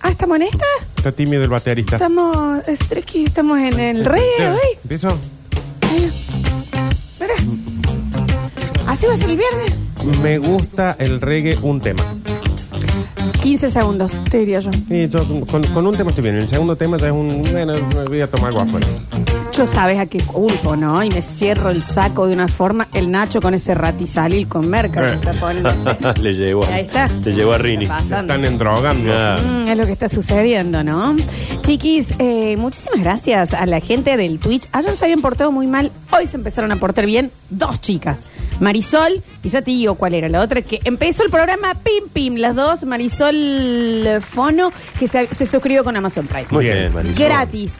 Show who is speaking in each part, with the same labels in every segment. Speaker 1: Ah, estamos en esta?
Speaker 2: Está tímido el baterista.
Speaker 1: Estamos, es tricky, estamos en el rey
Speaker 2: Ya,
Speaker 1: hoy.
Speaker 2: ¿Empiezo?
Speaker 1: Ahí va. Mira. Así va a ser el viernes.
Speaker 2: Me gusta el reggae un tema.
Speaker 1: 15 segundos, te diría yo.
Speaker 2: Sí, yo con, con- con un tema estoy bien. El segundo tema ya es un. Bueno, me voy a tomar algo afuera.
Speaker 1: Yo sabes a qué culpo, ¿no? Y me cierro el saco de una forma. El Nacho con ese ratizalil con merca. que está poniendo.
Speaker 3: Le llegó. a-
Speaker 1: Ahí está.
Speaker 3: Le llegó a Rini.
Speaker 1: Está pasando.
Speaker 2: Están endrogando.
Speaker 3: Ah.
Speaker 1: Mm, es lo que está sucediendo, ¿no? Chiquis, eh, muchísimas gracias a la gente del Twitch. Ayer se habían portado muy mal, hoy se empezaron a portar bien dos chicas. Marisol, y ya te digo cuál era la otra, que empezó el programa Pim Pim, las dos, Marisol Fono, que se, se suscribió con Amazon Prime.
Speaker 3: Muy
Speaker 2: Bien.
Speaker 3: bien, Marisol.
Speaker 1: Gratis.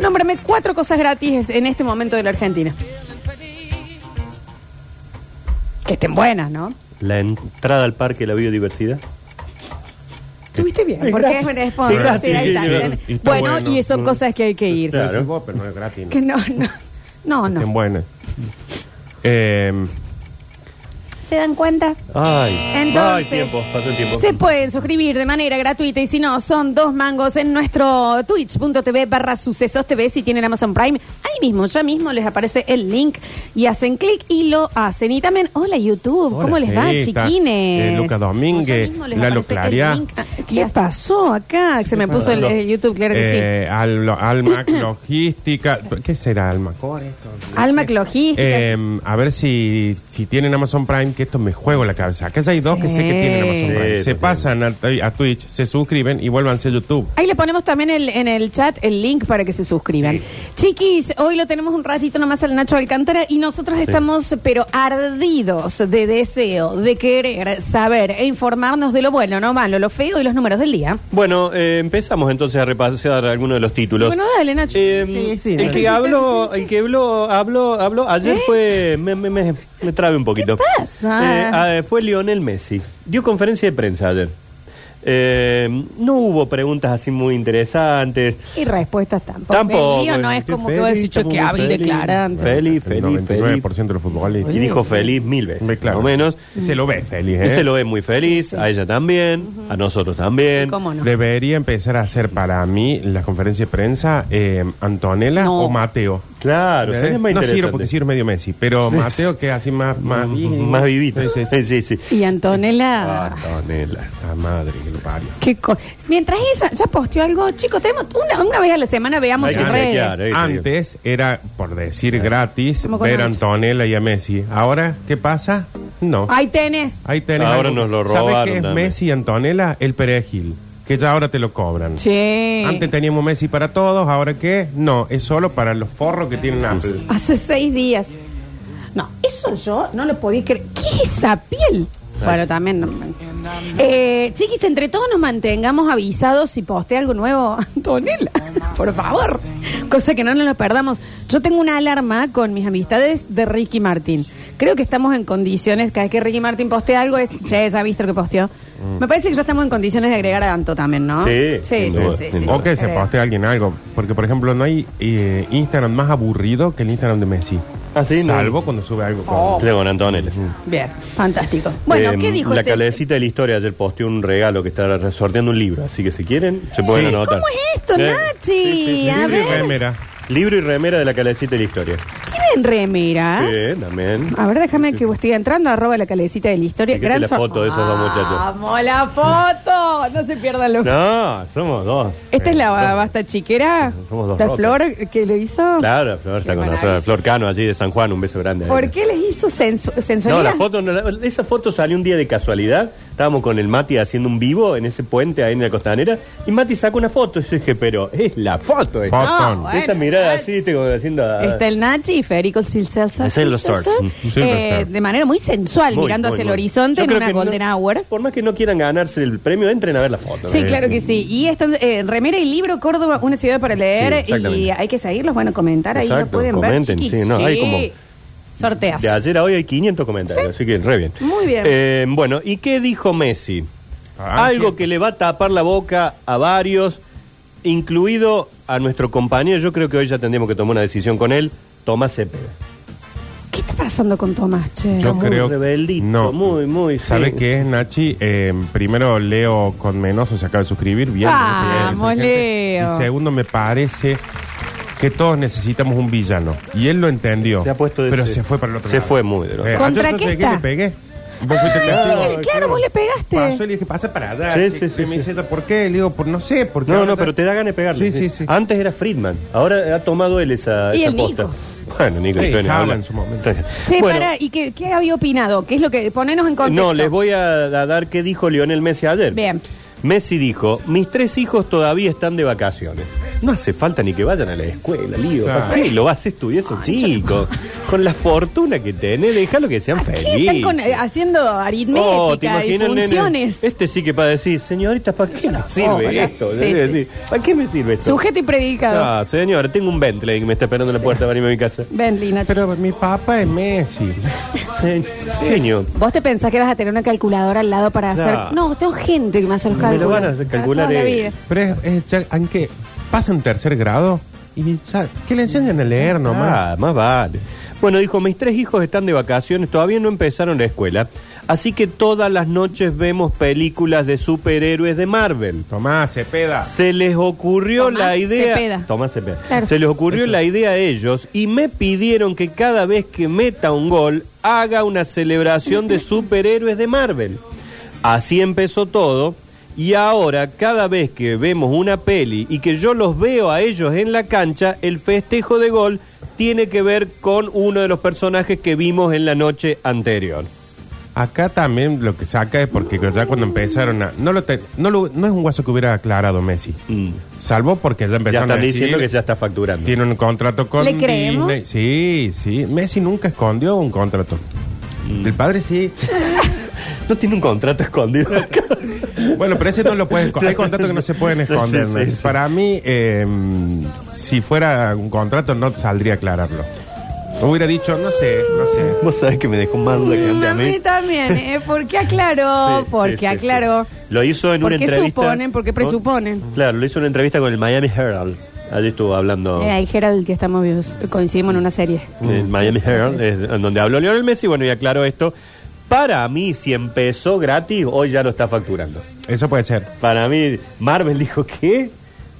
Speaker 1: Nómbrame cuatro cosas gratis en este momento de la Argentina. Que estén buenas, ¿no?
Speaker 3: La entrada al parque de la biodiversidad.
Speaker 1: Estuviste bien,
Speaker 3: Es
Speaker 1: porque es
Speaker 3: gratis.
Speaker 1: una sponsor.
Speaker 3: Es
Speaker 1: sí, ahí está.
Speaker 3: gratis.
Speaker 1: Bien. Bueno,
Speaker 2: bueno.
Speaker 1: y son cosas que hay que ir.
Speaker 3: Claro.
Speaker 2: Lo decís vos, pero no es gratis. ¿no?
Speaker 1: Que no, no. No,
Speaker 2: Estén
Speaker 1: no.
Speaker 2: buenas. Eh,
Speaker 1: ¿Se dan cuenta?
Speaker 3: Ay, ay,
Speaker 1: Entonces,
Speaker 3: tiempo, pasó el tiempo.
Speaker 1: se pueden suscribir de manera gratuita y si no, son dos mangos en nuestro twitch.tv barra sucesos TV si tienen Amazon Prime. Ahí mismo, ya mismo les aparece el link y hacen clic y lo hacen. Y también, hola YouTube,
Speaker 2: Hola,
Speaker 1: ¿cómo les va,
Speaker 2: Fita,
Speaker 1: chiquines?
Speaker 2: eh, Luca Domínguez,
Speaker 1: Ya mismo les
Speaker 2: Lalo
Speaker 1: aparece el
Speaker 2: Claria.
Speaker 1: link. Ah, ¿Qué pasó acá? Se me puso el, el YouTube, claro que sí.
Speaker 2: eh, Alma, Almac Logística. ¿Qué será Alma?
Speaker 1: Alma Logística.
Speaker 2: Eh, a ver si, si tienen Amazon Prime, que esto me juego la cabeza. Acá ya hay dos que sé que tienen Amazon
Speaker 3: Sí,
Speaker 2: Prime. se
Speaker 3: totalmente.
Speaker 2: pasan a, a Twitch, se suscriben y vuélvanse a YouTube.
Speaker 1: Ahí le ponemos también el- en el chat el link para que se suscriban. Chiquis, hoy lo tenemos un ratito nomás al Nacho Alcántara y nosotros estamos, pero ardidos de deseo, de querer saber e informarnos de lo bueno, no malo, lo feo y los números del día.
Speaker 3: Bueno, eh, empezamos entonces a repasar algunos de los títulos.
Speaker 1: Bueno, dale, Nacho.
Speaker 3: Eh,
Speaker 2: Sí, sí,
Speaker 3: el,
Speaker 2: dale.
Speaker 3: que habló, el que habló, habló, habló, ayer fue, me, me, me, me trabe un poquito.
Speaker 1: ¿Eh? ¿Qué pasa?
Speaker 3: Eh, ah, eh, fue Lionel Messi. Dio conferencia de prensa ayer. Eh, no hubo preguntas así muy interesantes.
Speaker 1: Y respuestas tampoco.
Speaker 3: Tampoco,
Speaker 1: El lío no es
Speaker 3: estoy
Speaker 1: como que vos
Speaker 3: feliz,
Speaker 1: decís
Speaker 3: estamos
Speaker 1: que
Speaker 3: muy
Speaker 1: hable
Speaker 3: feliz.
Speaker 1: declarante.
Speaker 3: Feliz,
Speaker 2: El
Speaker 3: feliz,
Speaker 2: 99%
Speaker 3: feliz.
Speaker 2: de los futbolistas.
Speaker 3: Y dijo feliz mil veces,
Speaker 2: Muy claro.
Speaker 3: más o menos.
Speaker 2: Se lo ve feliz, ¿eh?
Speaker 3: Él se lo ve muy feliz, a ella también, a nosotros también.
Speaker 1: ¿Cómo no?
Speaker 2: Debería empezar a hacer para mí la conferencia de prensa eh, Antonella
Speaker 1: No.
Speaker 2: o Mateo.
Speaker 3: Claro,
Speaker 2: ¿Eh?
Speaker 3: sería más
Speaker 2: No Ciro,
Speaker 3: interesante.
Speaker 2: porque Ciro es medio Messi, pero Mateo que es así más... Más,
Speaker 3: más vivito. Sí, sí, sí.
Speaker 1: Y Antonella.
Speaker 3: Ah, Antonela.
Speaker 2: La madre que lo parió.
Speaker 1: Qué co- Mientras ella ya posteó algo, chicos, tenemos una, una vez a la semana veamos
Speaker 3: Hay que
Speaker 1: en redes.
Speaker 3: chequear, eh, te digo.
Speaker 2: Antes era, por decir gratis,
Speaker 1: Como con
Speaker 2: ver a
Speaker 1: Nacho.
Speaker 2: Antonella y a Messi. Ahora, ¿qué pasa? No.
Speaker 1: Ahí tenés.
Speaker 2: Ahí tenés
Speaker 3: Ahora
Speaker 2: algo.
Speaker 3: nos lo
Speaker 2: ¿Sabes
Speaker 3: robaron
Speaker 2: qué es
Speaker 3: también.
Speaker 2: Messi y Antonella? El perejil, que ya ahora te lo cobran.
Speaker 1: Sí.
Speaker 2: Antes teníamos Messi para todos, ¿ahora qué? No, es solo para los forros que tienen Apple.
Speaker 1: Hace seis días. No, eso yo no lo podía creer. ¿Qué es esa piel? Bueno, también. no me- Eh, chiquis, entre todos nos mantengamos avisados si postea algo nuevo, Antonella. Por favor. Cosa que no nos lo perdamos. Yo tengo una alarma con mis amistades de Ricky Martin. Creo que estamos en condiciones, cada vez que Ricky Martin postea algo es, che, ya viste lo que posteó. Me parece que ya estamos en condiciones de agregar a Anto también, ¿no?
Speaker 3: Mm. Sí,
Speaker 1: sí,
Speaker 3: sin
Speaker 1: sí.
Speaker 3: duda,
Speaker 1: sí,
Speaker 3: sin
Speaker 1: sí, Eh,
Speaker 3: duda.
Speaker 2: O que se
Speaker 1: creo.
Speaker 2: postea alguien algo. Porque, por ejemplo, no hay eh, Instagram más aburrido que el Instagram de Messi.
Speaker 3: Ah, sí, no.
Speaker 2: Salvo cuando sube algo. con-
Speaker 1: Oh.
Speaker 3: Claro, con Antonella.
Speaker 1: Bien, fantástico. Bueno,
Speaker 3: Eh,
Speaker 1: ¿qué dijo
Speaker 3: La
Speaker 1: este-
Speaker 3: calecita de la historia ayer posteó un regalo que está sorteando un libro, así que si quieren, se pueden
Speaker 2: Sí.
Speaker 3: anotar.
Speaker 1: ¿Cómo es esto,
Speaker 3: Eh,
Speaker 1: Nachi?
Speaker 3: sí, sí, sí.
Speaker 1: A
Speaker 2: Libre y
Speaker 1: ver.
Speaker 2: remera.
Speaker 3: Libro y remera de la calecita de la historia.
Speaker 1: ¿Tienen remeras?
Speaker 3: Sí, también.
Speaker 1: A ver, déjame que estoy entrando, arroba la calecita de la historia.
Speaker 3: Fíjate la
Speaker 1: sor-
Speaker 3: foto de esos dos muchachos.
Speaker 1: ¡Vamos, la foto! No se pierdan los...
Speaker 3: No, somos dos.
Speaker 1: Esta es la basta chiquera,
Speaker 3: Somos dos
Speaker 1: la
Speaker 3: rocas.
Speaker 1: flor que le hizo.
Speaker 3: Claro, Flor está
Speaker 1: Qué
Speaker 3: con
Speaker 1: maravilla.
Speaker 3: nosotros. Flor Cano, allí de San Juan, un beso grande.
Speaker 1: ¿Por qué les hizo sensu-
Speaker 3: No, la
Speaker 1: sensualidad?
Speaker 3: foto, no, la- esa foto salió un día de casualidad. Estábamos con el Mati haciendo un vivo en ese puente ahí en la costanera. Y Mati sacó una foto. Y yo dije, pero es la foto. esta.
Speaker 2: Foto.
Speaker 1: No, bueno,
Speaker 3: esa mirada
Speaker 1: Nachi.
Speaker 3: así, viste, como haciendo. ah,
Speaker 1: Está el Nachi y Federico Silcelsa.
Speaker 3: Es el Star.
Speaker 2: Silverstar.
Speaker 1: Eh, de manera muy sensual,
Speaker 3: muy,
Speaker 1: mirando
Speaker 3: muy,
Speaker 1: hacia
Speaker 3: muy.
Speaker 1: el horizonte
Speaker 3: Yo
Speaker 1: en
Speaker 3: creo
Speaker 1: una
Speaker 3: que no-
Speaker 1: golden hour.
Speaker 3: Por más que no quieran ganarse el premio, entren a ver la foto.
Speaker 1: Sí,
Speaker 3: Eh,
Speaker 1: claro que sí. Y esta eh, remera y libro Córdoba, una ciudad para leer.
Speaker 3: Sí, exactamente.
Speaker 1: y hay que seguirlos, bueno, comentar ahí, lo
Speaker 3: Exacto,
Speaker 1: pueden
Speaker 3: comenten,
Speaker 1: ver. chiquis.
Speaker 3: sí, no, hay como-
Speaker 1: Sorteas.
Speaker 3: De ayer a hoy hay 500 comentarios, así que re bien.
Speaker 1: Muy bien.
Speaker 3: Eh, bueno, ¿y qué dijo Messi?
Speaker 2: Ah,
Speaker 3: Algo
Speaker 2: cierto.
Speaker 3: que le va a tapar la boca a varios, incluido a nuestro compañero. Yo creo que hoy ya tendríamos que tomar una decisión con él, Tomás Cepeda.
Speaker 1: ¿Qué te pasó? pasando con Tomás, che?
Speaker 2: Yo
Speaker 3: muy
Speaker 2: creo.
Speaker 3: rebeldito,
Speaker 2: no.
Speaker 3: muy, muy, sí.
Speaker 2: ¿Sabe qué es, Nachi? Eh, primero, Leo con Menoso se acaba de suscribir. Bien.
Speaker 1: Vamos,
Speaker 2: ¿no? Bien, esa gente.
Speaker 1: Leo.
Speaker 2: Y segundo, me parece que todos necesitamos un villano. Y él lo entendió.
Speaker 3: Se ha puesto de-
Speaker 2: Pero
Speaker 3: sí.
Speaker 2: se fue para el otro
Speaker 3: Se
Speaker 2: lado.
Speaker 3: fue muy del otro
Speaker 2: Eh,
Speaker 1: lado. ¿Contra
Speaker 2: ayer yo
Speaker 1: qué
Speaker 2: llegué y
Speaker 1: está?
Speaker 2: le pegué. Vos fuiste testigo.
Speaker 3: eh,
Speaker 1: Ay, claro, vos le pegaste.
Speaker 2: Pasó y le dije, pasa para dar.
Speaker 3: Sí, sí, sí,
Speaker 2: y me
Speaker 3: sí.
Speaker 2: dice, ¿por qué? Le digo, por no sé. Porque
Speaker 3: No,
Speaker 2: ahora
Speaker 3: no,
Speaker 2: ya-
Speaker 3: pero te da ganas de pegarle.
Speaker 2: Sí, sí, sí.
Speaker 3: Antes era Friedman, ahora ha tomado él esa,
Speaker 1: Y
Speaker 3: esa
Speaker 1: el
Speaker 3: posta.
Speaker 1: Nico.
Speaker 3: Bueno, Nico,
Speaker 2: Sí,
Speaker 3: estoy
Speaker 2: habla
Speaker 3: habla.
Speaker 2: en su momento.
Speaker 1: Che,
Speaker 3: Bueno,
Speaker 1: pará, ¿y qué, qué había opinado? ¿Qué es lo que. Ponenos en contexto.
Speaker 3: No, les voy a, a dar qué dijo Lionel Messi ayer.
Speaker 1: Bien.
Speaker 3: Messi dijo, mis tres hijos todavía están de vacaciones. No hace falta ni que vayan a la escuela, lío.
Speaker 2: Claro.
Speaker 3: ¿Para qué lo vas a estudiar esos chicos? Con la fortuna que tenés, déjalo que sean
Speaker 1: ¿Qué están
Speaker 3: felices.
Speaker 1: con- eh, haciendo
Speaker 3: Oh, ¿te
Speaker 1: aritmética y
Speaker 3: imaginas, nene?
Speaker 1: funciones?
Speaker 3: Este sí que para decir, señorita, ¿para qué me sirve
Speaker 1: hola.
Speaker 3: esto?
Speaker 1: Sí,
Speaker 3: Debe
Speaker 1: sí.
Speaker 3: decir, ¿Para qué me sirve esto?
Speaker 1: Sujeto y predicado.
Speaker 3: Ah, señora, tengo un Bentley que me está esperando en la puerta para irme a mi casa.
Speaker 1: Ven, Lina.
Speaker 2: Pero mi papá es Messi.
Speaker 3: Se- Señor.
Speaker 1: ¿Vos te pensás que vas a tener una calculadora al lado para
Speaker 3: No.
Speaker 1: hacer.? No, tengo gente que me hace los
Speaker 3: Me lo
Speaker 1: cálculos.
Speaker 3: van a hacer
Speaker 1: Para
Speaker 3: calcular,
Speaker 1: toda la
Speaker 3: eh.
Speaker 1: vida.
Speaker 2: Pero es, es ya- aunque pasa en tercer grado, y ya- ¿qué le enseñan a leer nomás?
Speaker 3: Ah, más vale. Bueno, dijo, mis tres hijos están de vacaciones, todavía no empezaron la escuela, así que todas las noches vemos películas de superhéroes de Marvel.
Speaker 2: Tomás, Cepeda.
Speaker 3: Se les ocurrió
Speaker 1: Tomás
Speaker 3: la idea.
Speaker 1: Cepeda.
Speaker 3: Tomás Cepeda.
Speaker 1: Claro.
Speaker 3: Se les ocurrió
Speaker 2: Eso.
Speaker 3: la idea a ellos y me pidieron que cada vez que meta un gol haga una celebración de superhéroes de Marvel. Así empezó todo y ahora cada vez que vemos una peli y que yo los veo a ellos en la cancha, el festejo de gol tiene que ver con uno de los personajes que vimos en la noche anterior.
Speaker 2: Acá también lo que saca es porque ya cuando empezaron a... No, lo te- no, lo- no es un guaso que hubiera aclarado Messi.
Speaker 3: Mm.
Speaker 2: Salvo porque ya
Speaker 3: Ya
Speaker 2: empezaron
Speaker 3: están
Speaker 2: a decir...
Speaker 3: diciendo que ya está facturando.
Speaker 2: Tiene un contrato con
Speaker 1: ¿Le creemos?
Speaker 2: Disney. Sí, sí. Messi nunca escondió un contrato.
Speaker 3: Mm.
Speaker 2: El padre sí.
Speaker 3: No tiene un contrato escondido acá.
Speaker 2: Bueno, pero ese no lo puedes Hay contratos que no se pueden esconder.
Speaker 3: Sí,
Speaker 2: ¿no?
Speaker 3: sí, sí.
Speaker 2: Para mí, eh, si fuera un contrato, no saldría a aclararlo. Hubiera dicho, no sé, no sé.
Speaker 3: Vos sabés que me dejó mal la gente
Speaker 1: a mí también, ¿eh? ¿Por qué aclaró?
Speaker 3: Sí,
Speaker 1: porque
Speaker 3: sí, sí,
Speaker 1: aclaró.
Speaker 3: sí. Lo hizo en
Speaker 1: ¿Por
Speaker 3: una
Speaker 1: qué
Speaker 3: entrevista.
Speaker 1: suponen? ¿Por qué
Speaker 3: ¿no?
Speaker 1: presuponen?
Speaker 3: Claro, lo hizo en una entrevista con el Miami Herald. Allí estuvo hablando.
Speaker 1: Eh, ahí Gerald, que estamos vivos, coincidimos en una serie.
Speaker 3: El Miami Herald, es en donde habló Lionel Messi. Bueno, y aclaró esto. Para mí, si empezó gratis, hoy ya lo está facturando.
Speaker 2: Eso puede ser.
Speaker 3: Para mí, Marvel dijo, ¿qué?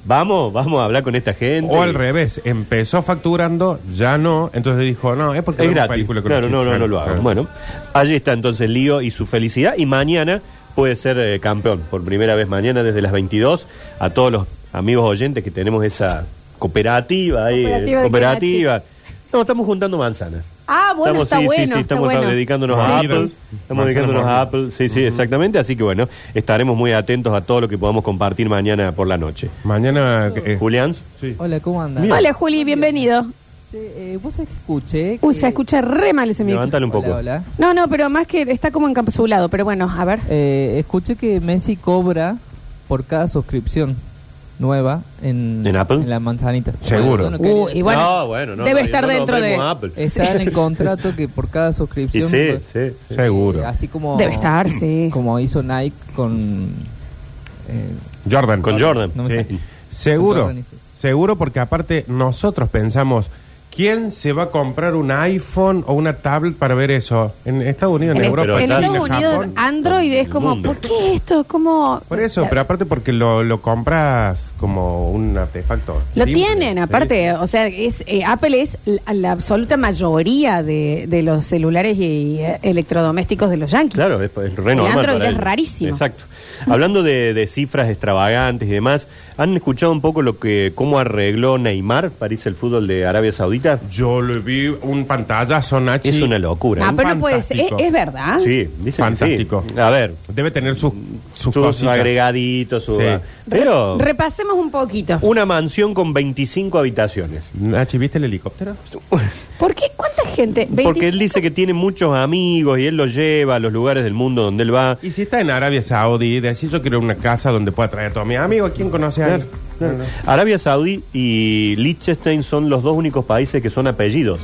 Speaker 3: Vamos, vamos a hablar con esta gente.
Speaker 2: O al revés, empezó facturando, ya no, entonces dijo, no, es porque
Speaker 3: Es
Speaker 2: vemos
Speaker 3: gratis.
Speaker 2: película con
Speaker 3: Claro,
Speaker 2: los
Speaker 3: no,
Speaker 2: chicos.
Speaker 3: no, no lo hago.
Speaker 2: Claro.
Speaker 3: Bueno, allí está entonces Lío y su felicidad. Y mañana puede ser eh, campeón. Por primera vez mañana desde las 22. A todos los amigos oyentes que tenemos esa cooperativa ahí. eh,
Speaker 1: ¿Cooperativa de qué,
Speaker 3: cooperativa. No, estamos juntando manzanas.
Speaker 1: Ah, bueno,
Speaker 3: estamos,
Speaker 1: está
Speaker 3: sí,
Speaker 1: bueno.
Speaker 3: sí, sí,
Speaker 1: está
Speaker 3: estamos
Speaker 1: bueno.
Speaker 3: dedicándonos
Speaker 2: Sí,
Speaker 3: a
Speaker 2: sí.
Speaker 3: Apple. Estamos
Speaker 2: Manzanas
Speaker 3: dedicándonos a
Speaker 2: por
Speaker 3: Apple. Sí, sí, exactamente. Así que bueno, estaremos muy atentos a todo lo que podamos compartir mañana por la noche.
Speaker 2: Mañana, eh,
Speaker 3: Julián.
Speaker 4: Hola, ¿cómo andan?
Speaker 3: Bien.
Speaker 1: Hola, Juli, bienvenido.
Speaker 4: Che, eh, ¿Vos sabés que escuché?
Speaker 1: Uy,
Speaker 4: que-
Speaker 1: se escucha re mal ese micro.
Speaker 3: Levántale un poco.
Speaker 4: Hola, hola.
Speaker 1: No, no, pero más que está como encapsulado, pero bueno, a ver.
Speaker 4: Eh, escuché que Messi cobra por cada suscripción nueva en,
Speaker 3: ¿En Apple?
Speaker 4: la manzanita.
Speaker 2: Seguro.
Speaker 4: Yo no quería-
Speaker 1: Uy, y bueno,
Speaker 3: no, bueno, no,
Speaker 1: debe
Speaker 3: no,
Speaker 1: estar
Speaker 3: no
Speaker 1: dentro de-
Speaker 3: nombremos a Apple.
Speaker 4: Está en el contrato que por cada
Speaker 3: Y
Speaker 4: suscripción.
Speaker 3: sí,
Speaker 4: pues,
Speaker 3: sí, sí.
Speaker 2: seguro.
Speaker 4: eh, así como.
Speaker 1: Debe estar, sí.
Speaker 4: Como hizo Nike con. eh,
Speaker 2: Jordan.
Speaker 3: Con Jordan.
Speaker 4: No me
Speaker 2: Sí.
Speaker 4: sale.
Speaker 2: Seguro,
Speaker 4: Con Jordan, sí.
Speaker 2: seguro porque aparte nosotros pensamos, ¿quién se va a comprar un iPhone o una tablet para ver eso? En Estados Unidos, en,
Speaker 1: En,
Speaker 2: Europa,
Speaker 1: en
Speaker 3: pero
Speaker 2: China,
Speaker 1: Estados Unidos,
Speaker 2: Japón.
Speaker 1: Android es
Speaker 3: El
Speaker 1: como,
Speaker 3: mundo.
Speaker 1: ¿por qué esto? ¿Cómo?
Speaker 2: Por eso, pero aparte porque lo, lo compras como un artefacto.
Speaker 1: Lo
Speaker 2: simple,
Speaker 1: tienen,
Speaker 2: ¿sí?
Speaker 1: aparte, o sea, es, eh, Apple es la, la absoluta mayoría de, de los celulares y eh, electrodomésticos de los yankees.
Speaker 3: Claro, es, es re
Speaker 1: El
Speaker 3: normal
Speaker 1: Android
Speaker 3: para
Speaker 1: es
Speaker 3: ellos.
Speaker 1: rarísimo.
Speaker 3: Exacto. Hablando de, de cifras extravagantes y demás, ¿han escuchado un poco lo que cómo arregló Neymar París el fútbol de Arabia Saudita?
Speaker 2: Yo le vi un pantallazo, Nachi.
Speaker 3: Es una locura. ¿eh?
Speaker 1: Ah,
Speaker 2: un
Speaker 1: pero no puede ser, es,
Speaker 2: fantástico.
Speaker 1: es verdad.
Speaker 3: Sí, dice
Speaker 2: Fantástico.
Speaker 3: A ver,
Speaker 2: Debe tener sus
Speaker 3: sus
Speaker 2: sus cositas.
Speaker 3: agregaditos, su-
Speaker 2: Sí.
Speaker 3: pero
Speaker 1: Repasemos un poquito.
Speaker 3: una mansión con 25 habitaciones.
Speaker 2: Nachi, ¿viste el helicóptero?
Speaker 1: ¿Por qué? ¿Cuánta gente?
Speaker 3: Porque él dice que tiene muchos amigos y él los lleva a los lugares del mundo donde él va.
Speaker 2: Y si está en Arabia Saudí, decís yo quiero una casa donde pueda traer a todos mis amigos, ¿a quién conoce a él? No, no.
Speaker 3: Arabia Saudí y Liechtenstein son los dos únicos países que son apellidos.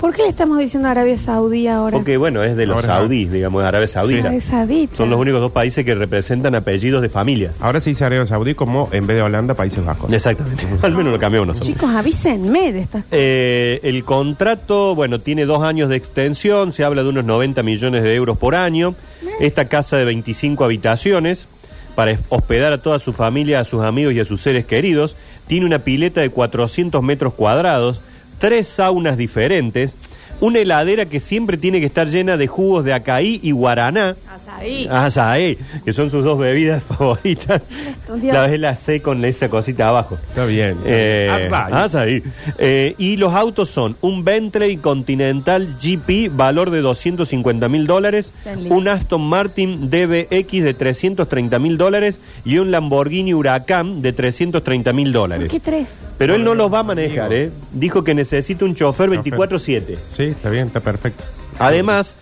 Speaker 1: ¿Por qué le estamos diciendo Arabia Saudí ahora?
Speaker 3: Porque, bueno, es de los
Speaker 2: Ahora-
Speaker 3: saudíes, digamos, de Arabia Saudita.
Speaker 1: Arabia Saudita.
Speaker 3: Son los únicos dos países que representan apellidos de familia.
Speaker 2: Ahora sí se Arabia Saudí como en vez de Holanda, Países Bajos.
Speaker 3: Exactamente. Al menos lo cambiamos nosotros.
Speaker 1: Chicos, avísenme de estas
Speaker 3: Eh, el contrato, bueno, tiene dos años de extensión, se habla de unos 90 millones de euros por año. Esta casa de 25 habitaciones para es- hospedar a toda su familia, a sus amigos y a sus seres queridos. Tiene una pileta de 400 metros cuadrados, tres saunas diferentes, una heladera que siempre tiene que estar llena de jugos de acaí y guaraná.
Speaker 1: Azaí.
Speaker 3: Azaí, que son sus dos bebidas favoritas.
Speaker 1: Estos días-
Speaker 3: La vez la C con esa cosita abajo.
Speaker 2: Está bien. Ah,
Speaker 3: Eh,
Speaker 2: Azaí.
Speaker 3: Azaí. Eh, y los autos son un Bentley Continental GP, valor de 250 mil dólares,
Speaker 1: Bentley.
Speaker 3: un Aston Martin DBX de 330 mil dólares y un Lamborghini Huracán de 330 mil
Speaker 1: ¿Por
Speaker 3: dólares.
Speaker 1: qué tres?
Speaker 3: Pero él no los va a manejar, ¿eh? Dijo que necesita un chofer 24-7.
Speaker 2: Sí, está bien, está perfecto.
Speaker 3: Además,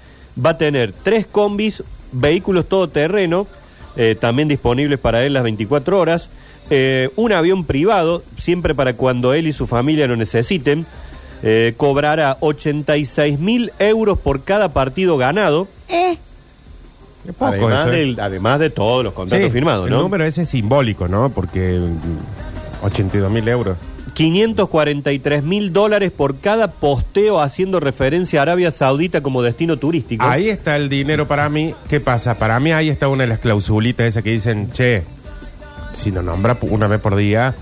Speaker 3: va a tener tres combis, vehículos todoterreno, eh, también disponibles para él las 24 horas, eh, un avión privado, siempre para cuando él y su familia lo necesiten, eh, cobrará 86 mil euros por cada partido ganado,
Speaker 1: Eh,
Speaker 2: Es poco
Speaker 3: además,
Speaker 2: eso, ¿eh?
Speaker 3: del- además de todos los contratos
Speaker 2: Sí,
Speaker 3: firmados,
Speaker 2: El
Speaker 3: ¿no?
Speaker 2: número ese es simbólico, ¿no? Porque mm, 82 mil euros.
Speaker 3: 543 mil dólares por cada posteo haciendo referencia a Arabia Saudita como destino turístico.
Speaker 2: Ahí está el dinero para mí. ¿Qué pasa? Para mí ahí está una de las clausulitas esas que dicen, che, si nos nombra pu- una vez por día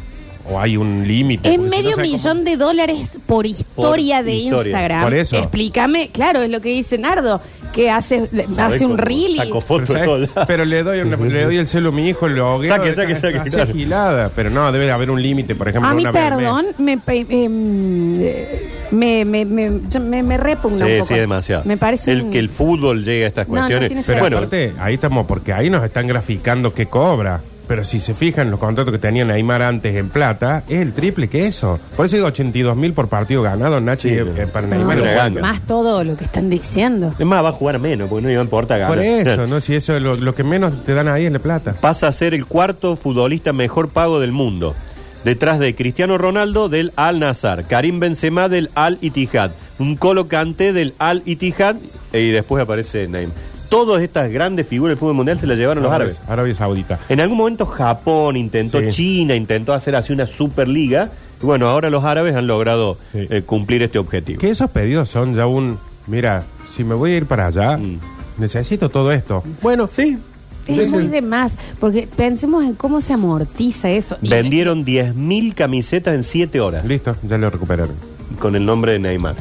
Speaker 2: o hay un límite.
Speaker 1: es
Speaker 2: porque si no
Speaker 1: medio
Speaker 2: sabe cómo-
Speaker 1: millón de dólares por historia de
Speaker 3: historia.
Speaker 1: Instagram.
Speaker 2: Por eso.
Speaker 1: Explícame, claro, es lo que dice Nardo, que hace, le-
Speaker 3: ¿Sabés
Speaker 1: hace un
Speaker 3: cómo?
Speaker 1: reel.
Speaker 3: Saco
Speaker 1: y-
Speaker 3: fotos de
Speaker 2: Pero,
Speaker 3: todo.
Speaker 2: ¿sabes? Pero le doy, una- le doy el celo a mi hijo, lo hogueo,
Speaker 3: Saque, saque, saque,
Speaker 2: hace
Speaker 3: claro.
Speaker 2: gilada. Pero no, debe haber un límite, por ejemplo.
Speaker 1: A mí,
Speaker 2: una vez al mes.
Speaker 1: perdón, me, pe- em, eh, me, me, me, yo- me- me repugna
Speaker 3: Sí,
Speaker 1: un poco.
Speaker 3: sí,
Speaker 1: esto.
Speaker 3: demasiado.
Speaker 1: Me parece
Speaker 3: el
Speaker 1: un-
Speaker 3: que el fútbol llegue a estas
Speaker 1: No, no
Speaker 3: cuestiones.
Speaker 1: tiene
Speaker 2: Pero
Speaker 1: Bueno.
Speaker 2: aparte, ahí estamos, porque ahí nos están graficando qué cobra. Pero si se fijan los contratos que tenían Aymar antes en plata, es el triple que eso. Por eso digo 82 mil por partido ganado, Nachi,
Speaker 3: Sí, Ah,
Speaker 2: eh,
Speaker 3: pero-
Speaker 2: eh, para
Speaker 1: No,
Speaker 2: Neymar.
Speaker 3: Una
Speaker 2: es
Speaker 1: más
Speaker 3: ganga.
Speaker 1: más todo lo que están diciendo.
Speaker 3: Es más, va a jugar menos, porque no le importa ganar.
Speaker 2: Por eso, ¿no? Si eso, lo, lo que menos te dan ahí es la plata.
Speaker 3: Pasa a ser el cuarto futbolista mejor pago del mundo. Detrás de Cristiano Ronaldo del Al Nazar, Karim Benzema del Al Ittihad, un colocante del Al Ittihad y después aparece Neymar. Todas estas grandes figuras del fútbol mundial se las llevaron los árabes.
Speaker 2: Arabia Saudita.
Speaker 3: En algún momento Japón intentó,
Speaker 2: Sí.
Speaker 3: China intentó hacer así una superliga. Y bueno, ahora los árabes han logrado
Speaker 2: Sí.
Speaker 3: eh, cumplir este objetivo.
Speaker 2: Que esos pedidos son ya un. Mira, si me voy a ir para allá,
Speaker 3: Mm.
Speaker 2: necesito todo esto. Bueno,
Speaker 3: Sí,
Speaker 1: Es muy de más, porque pensemos en cómo se amortiza eso. Y-
Speaker 3: Vendieron 10.000 camisetas en 7 horas
Speaker 2: listo, ya lo recuperaron.
Speaker 3: con el nombre de Neymar.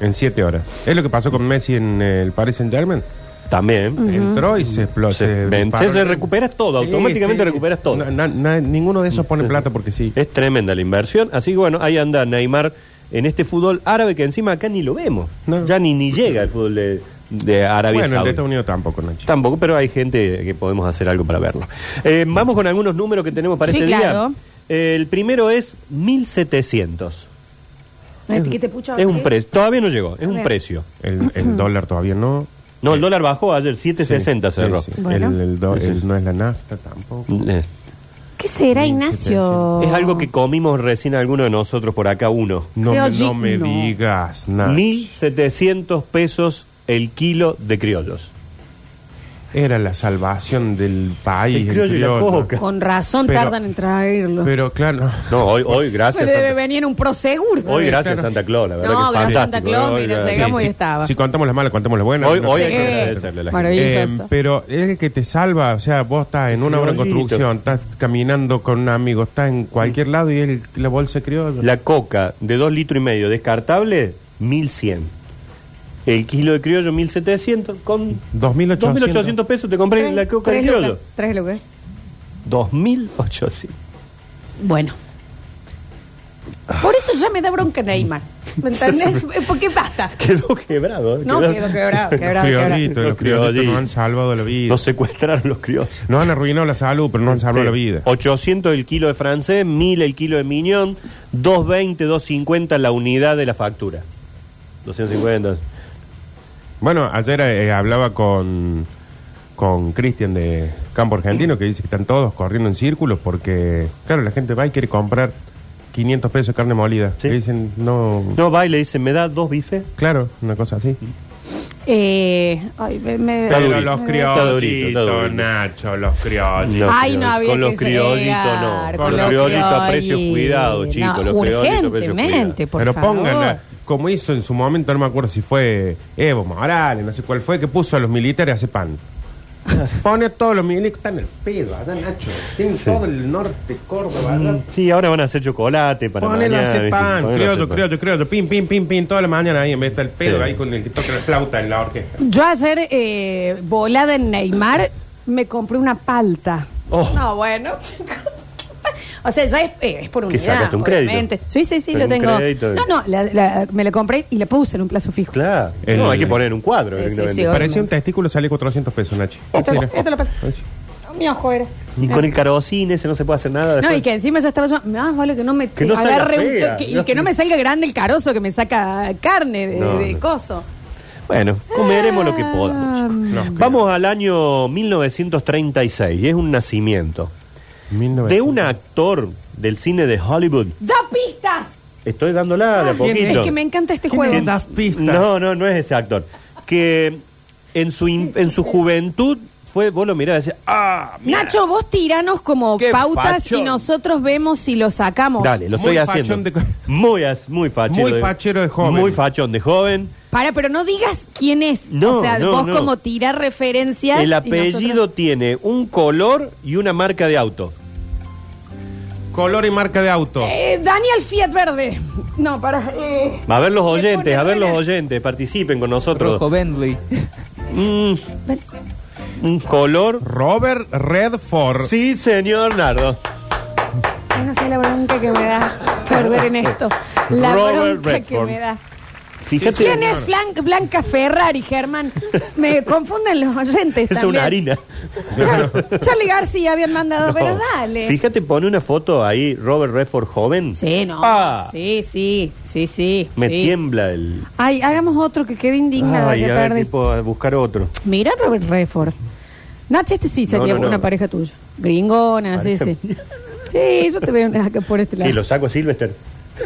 Speaker 2: En 7 horas. Es lo que pasó con Messi en eh, el Paris Saint Germain.
Speaker 3: También.
Speaker 2: Entró y se explotó.
Speaker 3: Se vence, se recupera todo, automáticamente recuperas todo. Mm.
Speaker 2: Na- na- na- ninguno de esos pone plata porque sí.
Speaker 3: Es tremenda la inversión. Así que bueno, ahí anda Neymar en este fútbol árabe que encima acá ni lo vemos.
Speaker 2: No.
Speaker 3: Ya ni, ni llega el fútbol de, de Arabia
Speaker 2: Bueno, el de
Speaker 3: Saudita.
Speaker 2: Estados Unidos tampoco, Nachi.
Speaker 3: Tampoco, pero hay gente que podemos hacer algo para verlo. Eh, vamos con algunos números que tenemos para
Speaker 1: Sí,
Speaker 3: este
Speaker 1: claro.
Speaker 3: día. Eh, el primero es 1700.
Speaker 1: Ay, que te pucho,
Speaker 3: Es un
Speaker 1: ¿qué?
Speaker 3: precio. Todavía no llegó, es
Speaker 1: A
Speaker 3: un
Speaker 1: ver.
Speaker 3: precio.
Speaker 2: El, el dólar todavía no.
Speaker 3: No, el dólar bajó ayer, 760
Speaker 2: Sí,
Speaker 3: cerró.
Speaker 2: sí.
Speaker 1: Bueno.
Speaker 2: El, el do-
Speaker 3: Sí, sí.
Speaker 2: el no es la nafta tampoco.
Speaker 3: Eh,
Speaker 1: ¿Qué será, Ignacio?
Speaker 3: Es algo que comimos recién alguno de nosotros por acá, uno.
Speaker 2: No,
Speaker 1: Creo
Speaker 2: me- no
Speaker 1: que
Speaker 2: me
Speaker 1: no.
Speaker 2: digas nada.
Speaker 3: 1.700 pesos el kilo de criollos.
Speaker 2: Era la salvación del país.
Speaker 3: El criollo y la
Speaker 2: criollo.
Speaker 3: coca.
Speaker 1: Con razón
Speaker 2: Pero-
Speaker 1: tardan en traerlo.
Speaker 2: Pero claro,
Speaker 3: No, hoy, hoy
Speaker 1: Pero
Speaker 3: gracias.
Speaker 1: debe
Speaker 3: Santa,
Speaker 1: venir un prosegur.
Speaker 3: hoy gracias
Speaker 2: Claro.
Speaker 3: Santa Claus, la verdad
Speaker 1: No,
Speaker 3: que
Speaker 1: gracias Santa
Speaker 3: fantástico,
Speaker 1: Claus,
Speaker 3: ¿no? Hoy
Speaker 1: mira,
Speaker 3: gracias.
Speaker 1: llegamos
Speaker 2: Sí,
Speaker 1: y
Speaker 2: sí.
Speaker 1: estaba.
Speaker 2: Si contamos las malas, contamos las buenas.
Speaker 3: Hoy-
Speaker 2: No
Speaker 3: hoy
Speaker 2: sé.
Speaker 3: hay que
Speaker 1: Sí.
Speaker 3: agradecerle a la gente.
Speaker 1: Maravilloso.
Speaker 2: Eh, pero es el que te salva, o sea, vos estás en una obra de
Speaker 3: Criollito.
Speaker 2: construcción, estás caminando con un amigo, estás en cualquier lado y el, la bolsa criolla.
Speaker 3: La coca de 2 litros y medio descartable, 1.100. El kilo de criollo, 1.700. Con
Speaker 2: 2.800.
Speaker 3: 2.800 pesos te compré la coca de
Speaker 1: tres lucas,
Speaker 3: criollo.
Speaker 1: tres lucas.
Speaker 3: 2.800.
Speaker 1: Bueno. Por eso ya me da bronca Neymar. ¿Me entendés? Porque basta.
Speaker 3: Quedó quebrado. ¿eh?
Speaker 1: No, quedó quebrado, quebrado, quebrado.
Speaker 2: Criollitos, los criollitos
Speaker 3: Los criollitos.
Speaker 2: nos han salvado la vida.
Speaker 3: Nos secuestraron los criollos.
Speaker 2: Nos han arruinado la salud, pero nos han salvado la
Speaker 3: Sí.
Speaker 2: vida.
Speaker 3: 800 el kilo de francés, 1000 el kilo de miñón, 220, 250 la unidad de la factura. 250.
Speaker 2: Bueno, ayer eh, hablaba con con Cristian de Campo Argentino que dice que están todos corriendo en círculos porque, claro, la gente va y quiere comprar 500 pesos de carne molida.
Speaker 3: Sí.
Speaker 2: Le dicen, no,
Speaker 3: No, va y le dice, ¿me da dos bifes?
Speaker 2: Claro, una cosa así.
Speaker 1: Eh, ay, me- me-
Speaker 3: Está
Speaker 2: Pero
Speaker 3: durito.
Speaker 2: los
Speaker 3: Está durito, está
Speaker 2: criollitos,
Speaker 3: durito.
Speaker 2: Nacho, los criollitos.
Speaker 3: No.
Speaker 1: Ay, no había
Speaker 3: Con los
Speaker 1: que
Speaker 3: criollitos
Speaker 1: llegar,
Speaker 3: no,
Speaker 2: con los
Speaker 3: criollitos a
Speaker 1: criollitos.
Speaker 3: precio cuidado, chicos, los criollitos a precio
Speaker 1: urgentemente,
Speaker 3: cuidado.
Speaker 1: por
Speaker 2: Pero
Speaker 1: favor.
Speaker 2: pónganla, como hizo en su momento, no me acuerdo si fue Evo Morales, no sé cuál fue, que puso a los militares a hacer pan. Pone a todos los militares, están en el pedo, allá Nacho. Tienen todo el norte, Córdoba, allá.
Speaker 3: Sí, ahora van a hacer chocolate para
Speaker 2: Ponelo a
Speaker 3: mañana.
Speaker 2: hacer
Speaker 3: ¿viste?
Speaker 2: pan,
Speaker 3: Ponelo a hacer
Speaker 2: criollo,
Speaker 3: pan.
Speaker 2: criollo, criollo, pim, pim, pim, pim, toda la mañana ahí, en vez de estar el pedo
Speaker 3: Sí.
Speaker 2: ahí con el que toca la flauta en la orquesta.
Speaker 1: Yo ayer, eh, volada en Neymar, me compré una palta.
Speaker 3: Oh.
Speaker 1: No, bueno. O sea, ya es, eh, es por unidad,
Speaker 3: sacaste? ¿Un crédito?
Speaker 1: obviamente. Sí, sí, sí,
Speaker 3: Pero
Speaker 1: lo
Speaker 3: un
Speaker 1: tengo.
Speaker 3: crédito de-
Speaker 1: No, no, la- la- me la compré y la puse en un plazo fijo.
Speaker 3: Claro.
Speaker 2: El-
Speaker 3: No, hay que poner un cuadro.
Speaker 1: Sí, sí,
Speaker 3: directamente.
Speaker 1: sí,
Speaker 2: Parecía un testículo, sale 400 pesos, Nachi.
Speaker 1: Esto lo-
Speaker 2: Mira.
Speaker 1: esto lo- Mi ojo era.
Speaker 3: Ni con el carosín ese no se puede hacer nada.
Speaker 1: No,
Speaker 3: después.
Speaker 1: y que encima ya estaba yo, más vale que no me
Speaker 3: Que no salga
Speaker 1: agarre un-
Speaker 3: fea.
Speaker 1: que- y que no me salga grande el carozo que me saca carne de,
Speaker 3: No,
Speaker 1: de
Speaker 3: no.
Speaker 1: coso.
Speaker 3: Bueno, comeremos lo que
Speaker 1: Ah,
Speaker 3: podamos. chicos.
Speaker 2: No, creo.
Speaker 3: Vamos al año 1936, y es un nacimiento de
Speaker 2: 1900.
Speaker 3: un actor del cine de Hollywood.
Speaker 1: ¡Da pistas!
Speaker 3: Estoy dándola de a
Speaker 2: ¿quién
Speaker 3: poquito.
Speaker 1: Es que me encanta este
Speaker 2: ¿Quién
Speaker 1: juego.
Speaker 2: es? Das pistas.
Speaker 3: No, no, no es ese actor. Que en su, in- en su juventud fue, vos lo mirás y decías, ¡ah! mira".
Speaker 1: Nacho, vos tiranos como
Speaker 3: Qué
Speaker 1: pautas
Speaker 3: facho.
Speaker 1: y nosotros vemos si lo sacamos.
Speaker 3: Dale, lo
Speaker 2: Muy
Speaker 3: estoy
Speaker 2: fachón
Speaker 3: haciendo.
Speaker 2: de-
Speaker 3: Muy, as- muy fachero.
Speaker 2: Muy fachero de joven.
Speaker 3: Muy fachón de joven.
Speaker 1: Para, pero no digas quién es.
Speaker 3: No,
Speaker 1: o sea,
Speaker 3: no,
Speaker 1: vos
Speaker 3: no.
Speaker 1: como tirar referencias. y
Speaker 3: El apellido
Speaker 1: nosotros-
Speaker 3: tiene un color y una marca de auto.
Speaker 2: Color y marca de auto.
Speaker 1: Eh, Daniel Fiat Verde. No, para. eh,
Speaker 3: A ver los
Speaker 1: Le
Speaker 3: oyentes,
Speaker 1: pone
Speaker 3: a ver los
Speaker 1: Renner.
Speaker 3: oyentes, participen con nosotros.
Speaker 4: Rojo Bentley.
Speaker 3: Mm,
Speaker 1: ven.
Speaker 3: un color.
Speaker 2: Robert Redford.
Speaker 3: Sí, señor Nardo.
Speaker 1: Ay, no sé la bronca que me da perder en esto. La
Speaker 3: Robert
Speaker 1: bronca
Speaker 3: Redford.
Speaker 1: que me da.
Speaker 3: Fíjate.
Speaker 1: ¿Quién es Flan- Blanca Ferrari, Germán? Me confunden los oyentes.
Speaker 3: Es
Speaker 1: también.
Speaker 3: una harina.
Speaker 1: Char- Charlie García habían mandado, pero
Speaker 3: No.
Speaker 1: dale.
Speaker 3: Fíjate, pone una foto ahí, Robert Redford joven.
Speaker 1: Sí, no.
Speaker 3: Ah,
Speaker 1: Sí, sí, sí, sí.
Speaker 3: Me
Speaker 1: sí.
Speaker 3: tiembla el.
Speaker 1: Ay, hagamos otro que quede indignada
Speaker 3: Ay,
Speaker 1: que
Speaker 3: a ver,
Speaker 1: perdí.
Speaker 3: tipo, a buscar otro.
Speaker 1: Mira Robert Redford. Nacho, este sí sería
Speaker 3: no, no.
Speaker 1: una pareja tuya. Gringona, sí,
Speaker 3: Pareja
Speaker 1: sí. Sí, yo te veo acá por este
Speaker 3: Y
Speaker 1: lado.
Speaker 3: lo saco a Sylvester.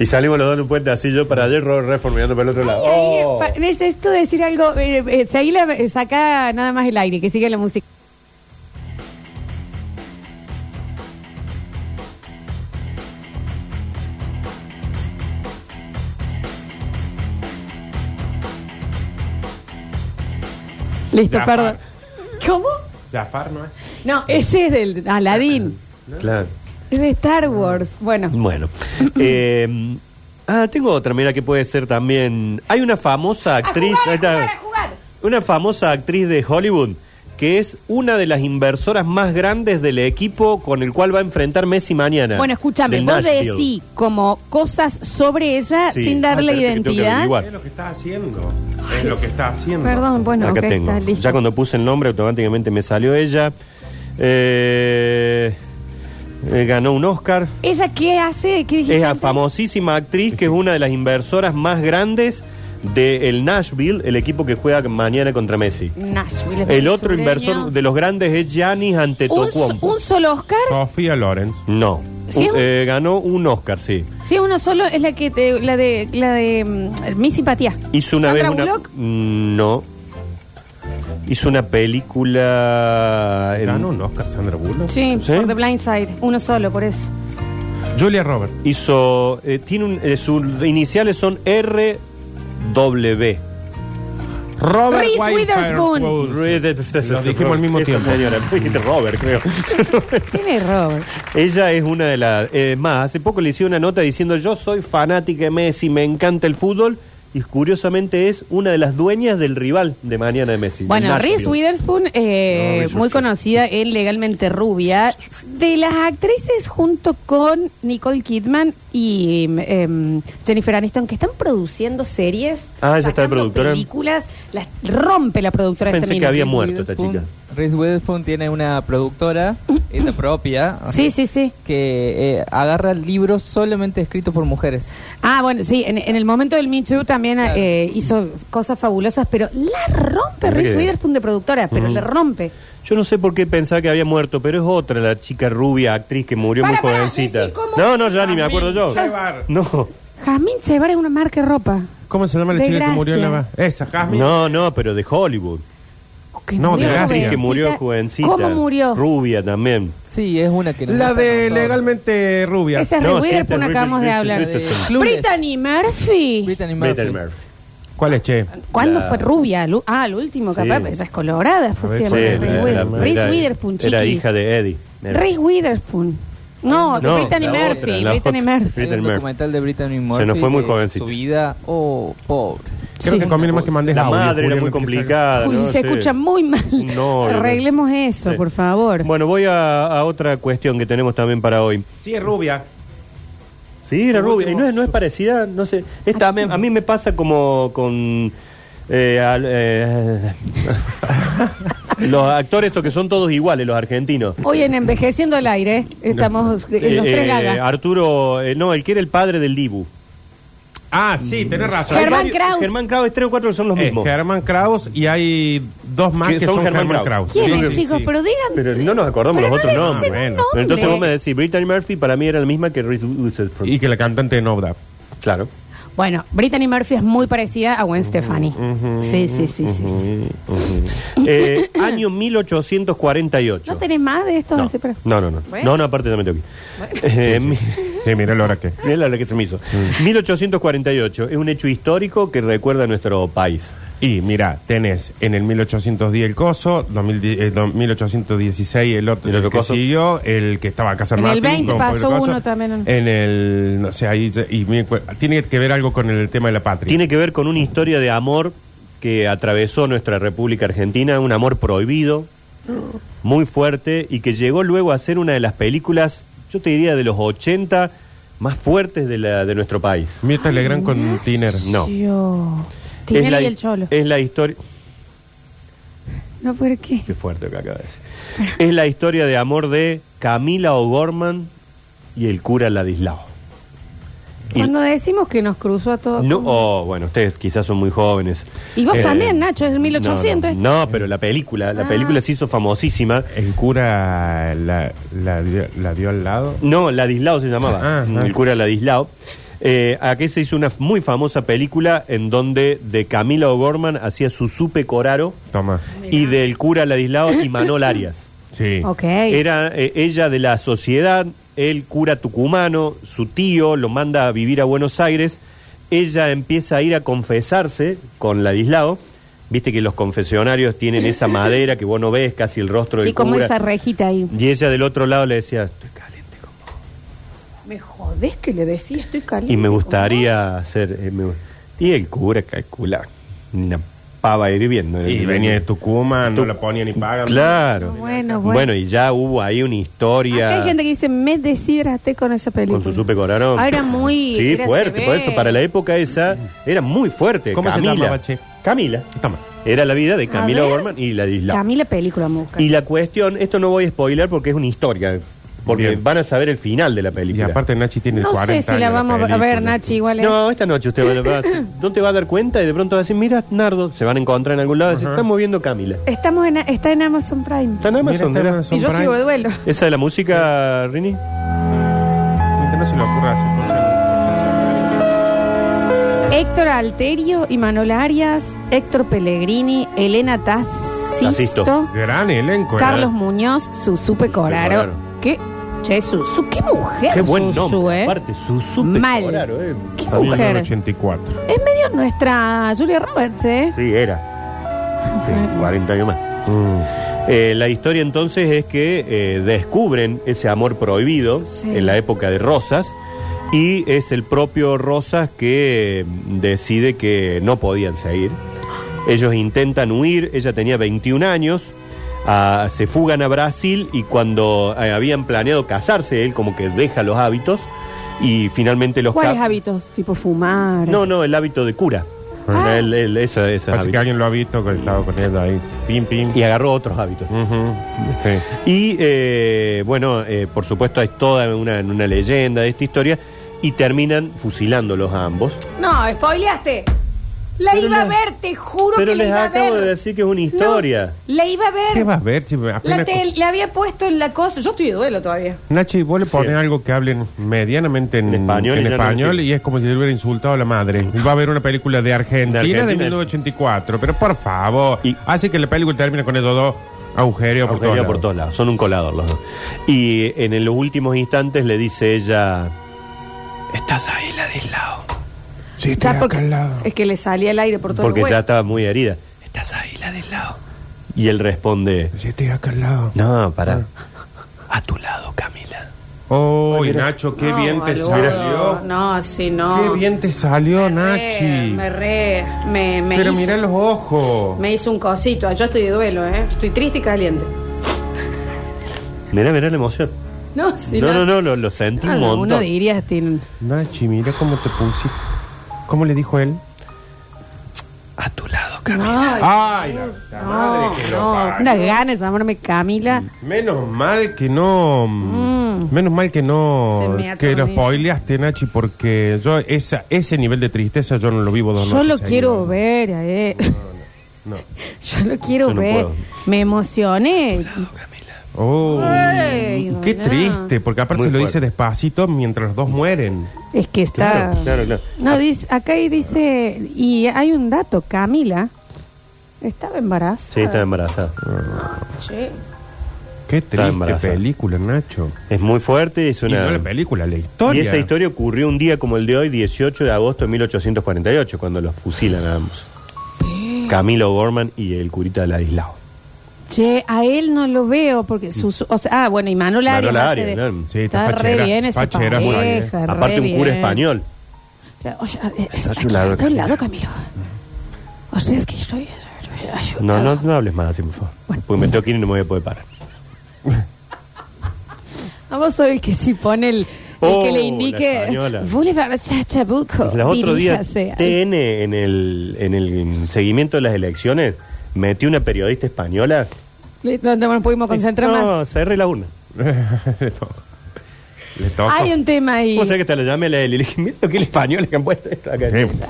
Speaker 3: Y salimos los dos en un puente así, yo para ayer, Robert Redford mirando para el otro lado.
Speaker 1: Ay,
Speaker 3: Oh.
Speaker 1: pa- ¿Ves esto de decir algo? Eh, eh, seguí la- eh, saca nada más el aire, que sigue la música. Listo,
Speaker 2: Ya,
Speaker 1: perdón. ¿Cómo?
Speaker 2: Jafar, ¿no es?
Speaker 1: No, ese es del Aladdin.
Speaker 3: Claro.
Speaker 1: Es de Star Wars. Bueno.
Speaker 3: Bueno. Eh, ah, tengo otra, mira, que puede ser también. Hay una famosa actriz. ahí
Speaker 1: a
Speaker 3: está.
Speaker 1: jugar, a jugar, a jugar.
Speaker 3: Una famosa actriz de Hollywood que es una de las inversoras más grandes del equipo con el cual va a enfrentar Messi mañana.
Speaker 1: Bueno, escúchame,
Speaker 3: De
Speaker 1: vos
Speaker 3: Nashville.
Speaker 1: decís como cosas sobre ella
Speaker 3: Sí.
Speaker 1: sin darle
Speaker 3: Ah, espérate que tengo que
Speaker 1: identidad.
Speaker 3: averiguar.
Speaker 2: Es lo que está haciendo. Es lo que está haciendo.
Speaker 1: Perdón, bueno,
Speaker 3: Acá
Speaker 1: ok,
Speaker 3: tengo.
Speaker 1: está listo.
Speaker 3: Ya cuando puse el nombre automáticamente me salió ella. Eh, eh, ganó un Oscar.
Speaker 1: ¿Ella qué hace? ¿Qué dijiste
Speaker 3: Es la
Speaker 1: antes?
Speaker 3: famosísima actriz que es una de las inversoras más grandes del Nashville, el equipo que juega mañana contra Messi.
Speaker 1: Nashville, es
Speaker 3: El
Speaker 1: muy
Speaker 3: otro
Speaker 1: sureño.
Speaker 3: inversor de los grandes es Giannis
Speaker 1: un, so-
Speaker 3: Antetokounmpo.
Speaker 1: un solo Oscar,
Speaker 2: Sofía Lorenz.
Speaker 3: No.
Speaker 1: Sí,
Speaker 3: Un-
Speaker 1: es un-
Speaker 3: eh, ganó un Oscar, sí.
Speaker 1: si es uno solo, es la que te- la de la de mm, mi simpatía.
Speaker 3: Hizo una
Speaker 1: Sandra
Speaker 3: vez una.
Speaker 1: Bullock?
Speaker 3: Mm, No. Hizo una película. en-
Speaker 2: Ganó un Oscar, Sandra Bullock.
Speaker 1: Sí,
Speaker 3: ¿Sí?
Speaker 1: por The Blind Side, uno solo, por eso.
Speaker 2: Julia Robert.
Speaker 3: Hizo. eh, tiene un- eh, sus iniciales son RW.
Speaker 2: Robert
Speaker 1: Reese
Speaker 2: Wayne
Speaker 1: Witherspoon.
Speaker 2: Firewood.
Speaker 3: eh,
Speaker 2: Lo dijimos al mismo
Speaker 3: Esa
Speaker 2: tiempo.
Speaker 3: Señora, dijiste Robert, creo.
Speaker 1: ¿Quién es Robert?
Speaker 3: Ella es una de las. eh, más, hace poco le hice una nota diciendo: Yo soy fanática de Messi, me encanta el fútbol. Y curiosamente es una de las dueñas del rival de mañana de Messi.
Speaker 1: Bueno,
Speaker 3: Nashville.
Speaker 1: Reese Witherspoon, eh,
Speaker 3: No, Reese
Speaker 1: muy
Speaker 3: Witherspoon.
Speaker 1: conocida en Legalmente Rubia, de las actrices junto con Nicole Kidman y em, Jennifer Aniston, que están produciendo series,
Speaker 3: Ah, ella está de
Speaker 1: sacando
Speaker 3: productora.
Speaker 1: películas, las rompe la productora este de
Speaker 3: Pensé
Speaker 1: esta
Speaker 3: que
Speaker 1: mina.
Speaker 3: había muerto esa
Speaker 4: Witherspoon-
Speaker 3: chica.
Speaker 4: Reese Witherspoon tiene una productora, ella propia,
Speaker 1: Sí, sí, sí.
Speaker 4: que eh, agarra libros solamente escritos por mujeres.
Speaker 1: Ah, bueno, sí, en, en el momento del Me Too también
Speaker 4: Claro.
Speaker 1: eh, hizo cosas fabulosas, pero la rompe
Speaker 3: Mira
Speaker 1: Reese
Speaker 3: que-
Speaker 1: Witherspoon de productora, pero la rompe.
Speaker 3: Yo no sé por qué pensaba que había muerto, pero es otra, la chica rubia, actriz que murió
Speaker 1: Para,
Speaker 3: muy
Speaker 1: para,
Speaker 3: jovencita.
Speaker 1: Messi, ¿cómo?
Speaker 3: no, no, ya ni me acuerdo yo.
Speaker 2: Chevar.
Speaker 3: No,
Speaker 1: Jazmín Chevar es una marca de ropa.
Speaker 2: ¿Cómo se llama la
Speaker 1: De
Speaker 2: chica
Speaker 1: gracia.
Speaker 2: que murió en la ba- Esa, Jasmine.
Speaker 3: no, no, pero de Hollywood.
Speaker 1: Que
Speaker 2: No,
Speaker 1: murió
Speaker 2: de gracia.
Speaker 3: Actriz que murió
Speaker 1: jovencita.
Speaker 3: jovencita.
Speaker 1: ¿Cómo murió?
Speaker 3: Rubia también.
Speaker 4: Sí, es una que nos
Speaker 2: La
Speaker 4: mata a
Speaker 2: de
Speaker 4: nosotros.
Speaker 2: legalmente rubia.
Speaker 1: Esa es
Speaker 3: No,
Speaker 1: Rewider,
Speaker 3: sí, esta es Reese
Speaker 1: acabamos de
Speaker 3: Witherspoon.
Speaker 1: hablar.
Speaker 4: La de Clueless.
Speaker 1: Brittany Murphy.
Speaker 4: Brittany Murphy.
Speaker 3: Bethel Murphy.
Speaker 2: ¿Cuál es, che?
Speaker 1: ¿Cuándo
Speaker 3: La-
Speaker 1: fue rubia? Lu- Ah, el último, capaz,
Speaker 3: Sí.
Speaker 1: pero ella es colorada. Fue
Speaker 2: A ver,
Speaker 1: siempre
Speaker 2: sí,
Speaker 1: Reese
Speaker 2: la-
Speaker 1: Witherspoon.
Speaker 2: la-
Speaker 1: Reese
Speaker 3: era-
Speaker 1: Witherspoon, chiqui.
Speaker 3: Era hija de Eddie. Era-
Speaker 1: Reese Witherspoon. No, de
Speaker 3: No,
Speaker 1: Brittany
Speaker 3: la
Speaker 1: Murphy.
Speaker 3: otra, la
Speaker 1: Brittany
Speaker 3: otra.
Speaker 1: Murphy.
Speaker 4: Hay
Speaker 3: Brittany
Speaker 4: un
Speaker 3: Murphy.
Speaker 4: documental de Brittany Murphy.
Speaker 3: nos fue muy
Speaker 4: de
Speaker 3: jovencita.
Speaker 4: Su vida, oh, pobre.
Speaker 2: Creo
Speaker 1: Sí.
Speaker 2: que conviene más que mandes
Speaker 3: La
Speaker 2: audio,
Speaker 3: madre era
Speaker 2: Julián,
Speaker 3: muy
Speaker 2: que empieza-
Speaker 3: complicada.
Speaker 1: Juli,
Speaker 3: ¿no?
Speaker 1: se
Speaker 3: Sí.
Speaker 1: escucha muy mal.
Speaker 3: No, no.
Speaker 1: Arreglemos eso,
Speaker 3: Sí.
Speaker 1: por favor.
Speaker 3: Bueno, voy a, a otra cuestión que tenemos también para hoy.
Speaker 2: Sí, es rubia.
Speaker 3: Sí, era
Speaker 2: Su
Speaker 3: rubia. Y no es,
Speaker 2: último-
Speaker 3: no es parecida, no sé.
Speaker 2: Ah,
Speaker 3: Esta, a, mí, a mí me pasa como con. eh, al- eh, los actores, estos que son todos iguales, los argentinos.
Speaker 1: Hoy en Envejeciendo al Aire eh, estamos en los
Speaker 3: Eh,
Speaker 1: tres
Speaker 3: eh,
Speaker 1: gagas.
Speaker 3: Arturo, eh, no, el que era el padre del Dibu.
Speaker 2: Ah, sí, tenés razón.
Speaker 1: Germán
Speaker 3: Hay varios-
Speaker 1: Kraus.
Speaker 3: Germán Kraus, tres o cuatro que son los
Speaker 2: Eh,
Speaker 3: mismos.
Speaker 2: Germán Kraus y hay dos más que, son, Germán, Kraus.
Speaker 1: ¿Quién es,
Speaker 2: Sí, sí,
Speaker 1: chicos?
Speaker 2: sí.
Speaker 1: Pero digan.
Speaker 3: Pero no nos acordamos
Speaker 1: Pero
Speaker 3: los otros
Speaker 1: no le
Speaker 3: nombres.
Speaker 1: dicen un
Speaker 2: Bueno.
Speaker 1: nombre.
Speaker 3: Entonces vos me decís, Brittany Murphy para mí era la misma que Reese Witherspoon.
Speaker 2: Y que la cantante de No Doubt.
Speaker 3: claro.
Speaker 1: Bueno, Brittany Murphy es muy parecida a Gwen Stefani. sí, sí, sí, sí, sí.
Speaker 3: Eh, año 1848.
Speaker 1: ¿No tenés más de esto?
Speaker 3: No,
Speaker 1: Sí, pero-
Speaker 3: no, no. No,
Speaker 1: Bueno.
Speaker 3: no, no, aparte también tengo aquí. Eh, mi-
Speaker 2: Sí, mira la hora que.
Speaker 3: Mirá la hora que se me hizo.
Speaker 1: Mm.
Speaker 3: 1848 es un hecho histórico que recuerda a nuestro país.
Speaker 2: Y mira, tenés en el 1810 el coso, 2010, eh, do- 1816 el otro,
Speaker 3: ¿El otro
Speaker 2: el que
Speaker 3: coso?
Speaker 2: siguió, el que estaba acá San
Speaker 1: En el
Speaker 2: Martín,
Speaker 1: 20
Speaker 2: con
Speaker 1: pasó
Speaker 2: Pablo
Speaker 1: uno también.
Speaker 2: En el, no sé, ahí, ya- y mi- tiene que ver algo con el tema de la patria.
Speaker 3: Tiene que ver con una historia de amor que atravesó nuestra República Argentina, un amor prohibido,
Speaker 1: Mm.
Speaker 3: muy fuerte, y que llegó luego a ser una de las películas, yo te diría, de los 80 más fuertes de, la, de nuestro país.
Speaker 2: Mirta Legrand con Tiner.
Speaker 3: No.
Speaker 1: Yo.
Speaker 3: Es
Speaker 1: Tinelli
Speaker 3: la- eh,
Speaker 1: y el Cholo.
Speaker 3: Es la historia...
Speaker 1: No, ¿por qué?
Speaker 3: Qué fuerte que acaba de decir. Es la historia de amor de Camila O'Gorman y el cura Ladislao. Y-
Speaker 1: Cuando decimos que nos cruzó a todos.
Speaker 3: No, oh, bueno, ustedes quizás son muy jóvenes. Eh,
Speaker 1: Y vos también, Nacho, es de 1800
Speaker 3: No, no, no, pero la película, la
Speaker 1: Ah.
Speaker 3: película se hizo famosísima.
Speaker 2: El cura la, la, dio- la dio al lado.
Speaker 3: No, Ladislao se llamaba,
Speaker 2: Ah, ah.
Speaker 3: el cura Ladislao. Eh, aquí se hizo una muy famosa película en donde de Camila O'Gorman hacía su supe Coraro
Speaker 2: Toma.
Speaker 3: y del cura Ladislao y Manol Arias.
Speaker 2: Sí.
Speaker 1: Ok.
Speaker 3: Era eh, ella de la sociedad, él cura tucumano, su tío lo manda a vivir a Buenos Aires, ella empieza a ir a confesarse con Ladislao, viste que los confesionarios tienen esa madera que vos no ves, casi el rostro
Speaker 1: Sí,
Speaker 3: del
Speaker 1: como
Speaker 3: cura.
Speaker 1: esa rejita ahí.
Speaker 3: Y ella del otro lado le decía, estoy caliente con vos".
Speaker 1: Me jodés que le decía, estoy caliente.
Speaker 3: Y me gustaría hacer... eh, me- Y el cura calcula, ni una pava hirviendo.
Speaker 2: Y venía de Tucumán, no la ponía ni pagan.
Speaker 3: Claro.
Speaker 1: Bueno, bueno.
Speaker 3: y ya hubo ahí una historia...
Speaker 1: Acá hay gente que dice, me deshidraté con esa película.
Speaker 3: Con su supe corarón.
Speaker 1: Ah, era muy.
Speaker 3: Sí,
Speaker 1: era
Speaker 3: fuerte,
Speaker 1: severo.
Speaker 3: por eso, para la época esa, era muy fuerte.
Speaker 2: ¿Cómo se
Speaker 3: Camila.
Speaker 2: llamaba, che?
Speaker 3: Camila.
Speaker 2: Toma.
Speaker 3: Era la vida de Camila
Speaker 1: ver.
Speaker 3: Gorman y la Isla.
Speaker 1: Camila película mosca.
Speaker 3: Y la cuestión, esto no voy a spoiler porque es una historia, porque
Speaker 2: Bien.
Speaker 3: van a saber el final de la
Speaker 2: Y
Speaker 3: película.
Speaker 2: aparte Nachi tiene
Speaker 1: No
Speaker 2: 40
Speaker 1: sé si la
Speaker 2: años
Speaker 1: vamos a
Speaker 2: película.
Speaker 1: ver, Nachi, igual es.
Speaker 3: no, esta noche usted va, va- no te va a dar cuenta y de pronto va a decir, mira, Nardo, se van a encontrar en algún lado, se
Speaker 2: Ajá.
Speaker 3: está moviendo Camila.
Speaker 1: Estamos en, está en Amazon Prime.
Speaker 3: Está en Amazon,
Speaker 2: Mira, está en
Speaker 3: mira.
Speaker 2: Amazon
Speaker 1: Y yo
Speaker 2: Prime.
Speaker 1: sigo de duelo.
Speaker 3: ¿Esa de la música, Rini?
Speaker 2: Mientras no se le ocurra hacer cosas.
Speaker 1: Héctor Alterio y Manola Arias, Héctor Pellegrini, Elena Tassisto,
Speaker 3: Tassisto.
Speaker 2: Gran elenco. ¿eh?
Speaker 1: Carlos Muñoz, Susupe Coraro.
Speaker 3: Coraro.
Speaker 1: ¿Qué? Che, Susu, qué mujer.
Speaker 3: Qué buen
Speaker 1: Susu,
Speaker 3: nombre.
Speaker 1: eh.
Speaker 3: Aparte, su supe
Speaker 1: Mal.
Speaker 3: Coraro, eh.
Speaker 1: Qué
Speaker 3: Familia.
Speaker 1: mujer.
Speaker 2: 1984.
Speaker 1: Es medio nuestra Julia Roberts, ¿eh?
Speaker 3: Sí, era. Sí, 40 años más.
Speaker 2: Mm.
Speaker 3: Eh, la historia entonces es que eh, descubren ese amor prohibido
Speaker 1: Sí.
Speaker 3: en la época de Rosas y es el propio Rosas que eh, decide que no podían seguir. Ellos intentan huir, ella tenía 21 años, ah, se fugan a Brasil y cuando eh, habían planeado casarse, él como que deja los hábitos y finalmente los...
Speaker 1: ¿Cuáles
Speaker 3: cap-
Speaker 1: hábitos? Tipo fumar.
Speaker 3: No, no, el hábito de cura.
Speaker 1: Ah.
Speaker 3: El- el- esa- esa
Speaker 2: Parece que
Speaker 3: hábito.
Speaker 2: alguien lo ha visto que estaba poniendo ahí. Pim, pim.
Speaker 3: Y agarró otros hábitos.
Speaker 2: Ujú. Sí.
Speaker 3: Y eh, bueno, eh, por supuesto es toda una, una leyenda de esta historia y terminan fusilándolos a ambos.
Speaker 1: No, spoileaste. La
Speaker 3: Pero
Speaker 1: iba a
Speaker 3: la-
Speaker 1: ver, te juro
Speaker 3: Pero
Speaker 1: que la
Speaker 3: les
Speaker 1: iba a
Speaker 3: acabo
Speaker 1: ver.
Speaker 3: de decir que es una
Speaker 1: No,
Speaker 3: historia.
Speaker 1: la iba a ver.
Speaker 2: ¿Qué vas a ver? Si me-
Speaker 1: La
Speaker 2: apenas-
Speaker 1: te- le había puesto en la cosa. Yo estoy de duelo todavía.
Speaker 2: Nachi, vos le pones
Speaker 3: Sí.
Speaker 2: algo que hablen medianamente en,
Speaker 3: En
Speaker 2: en
Speaker 3: español y ya no
Speaker 2: español
Speaker 3: decimos.
Speaker 2: y es como si le hubiera insultado a la madre. Y va a ver una película de Argentina de,
Speaker 3: De Argentina.
Speaker 2: 1984, pero por favor.
Speaker 3: Y-
Speaker 2: Así que la película termina con esos dos agujeros por todos
Speaker 3: Agujería por
Speaker 2: lados.
Speaker 3: todos lados, son un colador los dos. Y en, los últimos instantes le dice ella, estás ahí la del lado.
Speaker 5: Sí, estoy
Speaker 1: Ya
Speaker 5: acá
Speaker 1: porque-
Speaker 5: al lado.
Speaker 1: Es que le salía el aire por todo
Speaker 3: Porque
Speaker 1: el
Speaker 3: ya
Speaker 1: hueco.
Speaker 3: estaba muy herida, estás ahí la del lado. Y él responde,
Speaker 5: Sí, estoy acá al lado. Ah.
Speaker 3: no, para. A tu lado, Camila.
Speaker 2: Oh,
Speaker 3: Ay,
Speaker 2: y
Speaker 3: mira.
Speaker 2: Nacho, qué
Speaker 1: No,
Speaker 2: bien te
Speaker 1: boludo.
Speaker 2: salió.
Speaker 1: No, sí, no.
Speaker 2: Qué bien te salió,
Speaker 1: Me
Speaker 2: Nachi.
Speaker 1: re, Me re, me, me
Speaker 2: pero
Speaker 1: hizo,
Speaker 2: mirá los ojos.
Speaker 1: me hizo un cosito. Yo estoy de duelo, ¿eh? Estoy triste y caliente.
Speaker 3: Mirá, mirá la emoción.
Speaker 1: No, sí,
Speaker 3: no, no, no, lo, lo sentí un montón.
Speaker 1: Uno diría, este, tienen-
Speaker 2: Nachi, mira cómo te pusiste. ¿Cómo le dijo él?
Speaker 3: A tu lado,
Speaker 1: No,
Speaker 3: Camila.
Speaker 2: Ay, la puta
Speaker 1: no,
Speaker 2: madre que lo
Speaker 1: no.
Speaker 2: parió.
Speaker 1: Una gana de llamarme Camila.
Speaker 2: Menos mal que no. Menos mal que
Speaker 1: Mm. Se
Speaker 2: no.
Speaker 1: me atornilla.
Speaker 2: Que lo spoileaste, Nachi, porque yo esa, ese nivel de tristeza yo no lo vivo dos
Speaker 1: Yo
Speaker 2: noches
Speaker 1: lo
Speaker 2: seguidas.
Speaker 1: quiero ver, eh.
Speaker 2: No.
Speaker 1: Yo lo quiero
Speaker 3: Yo no
Speaker 1: ver.
Speaker 3: puedo.
Speaker 1: Me emocioné.
Speaker 2: Oh,
Speaker 1: Ay,
Speaker 2: qué
Speaker 1: no.
Speaker 2: triste, porque aparte
Speaker 3: Muy
Speaker 2: se lo
Speaker 3: fuerte.
Speaker 2: dice despacito mientras los dos mueren.
Speaker 1: Es que está.
Speaker 3: Claro, claro, claro.
Speaker 1: No, dice, acá ahí dice. Y hay un dato: Camila estaba embarazada.
Speaker 3: Sí, está embarazada.
Speaker 1: Che.
Speaker 2: Qué
Speaker 3: Está
Speaker 2: triste
Speaker 3: embarazada.
Speaker 2: película, Nacho.
Speaker 3: Es muy fuerte, es
Speaker 2: Y
Speaker 3: una...
Speaker 2: no la película, la historia.
Speaker 3: Y esa historia ocurrió un día como el de hoy, 18 de agosto de 1848, cuando los fusilan a ambos. Camilo Gorman y el curita de la isla.
Speaker 1: Che, a él no lo veo porque sus, o sea, ah, bueno, y Manuel Arias
Speaker 3: Manuel
Speaker 1: hace
Speaker 3: Mm. Arias,
Speaker 1: de-
Speaker 3: claro.
Speaker 2: Sí, está
Speaker 1: está, re
Speaker 2: fachera,
Speaker 1: bien ese
Speaker 2: fachera,
Speaker 1: pareja,
Speaker 2: muy bien.
Speaker 1: re
Speaker 3: Aparte un
Speaker 1: bien.
Speaker 3: cura español.
Speaker 1: Oye, eh,
Speaker 3: Está a su
Speaker 1: aquí
Speaker 3: lado,
Speaker 1: está a un
Speaker 3: Camila.
Speaker 1: lado, Camilo. O sea, es que yo estoy ayudado.
Speaker 3: No, no, no hables más así, por favor. Porque me tengo que ir y no me voy a poder parar.
Speaker 1: Ah, vos sos el que si pone el, el
Speaker 3: Oh,
Speaker 1: que le
Speaker 3: la
Speaker 1: indique
Speaker 3: española.
Speaker 1: Boulevard Chachabuco.
Speaker 3: Los otros días,
Speaker 1: Pues, diríjase al-
Speaker 3: TN en el, en el seguimiento de las elecciones metió una periodista española.
Speaker 1: Listo, no nos pudimos concentrar más.
Speaker 3: No, cerré la urna.
Speaker 2: le toco. Le toco.
Speaker 1: Hay un tema ahí.
Speaker 3: ¿Vos sabés que te la llamé a la Eli? Le dije, mira lo que el español que han puesto esto acá.
Speaker 2: Sí. Porque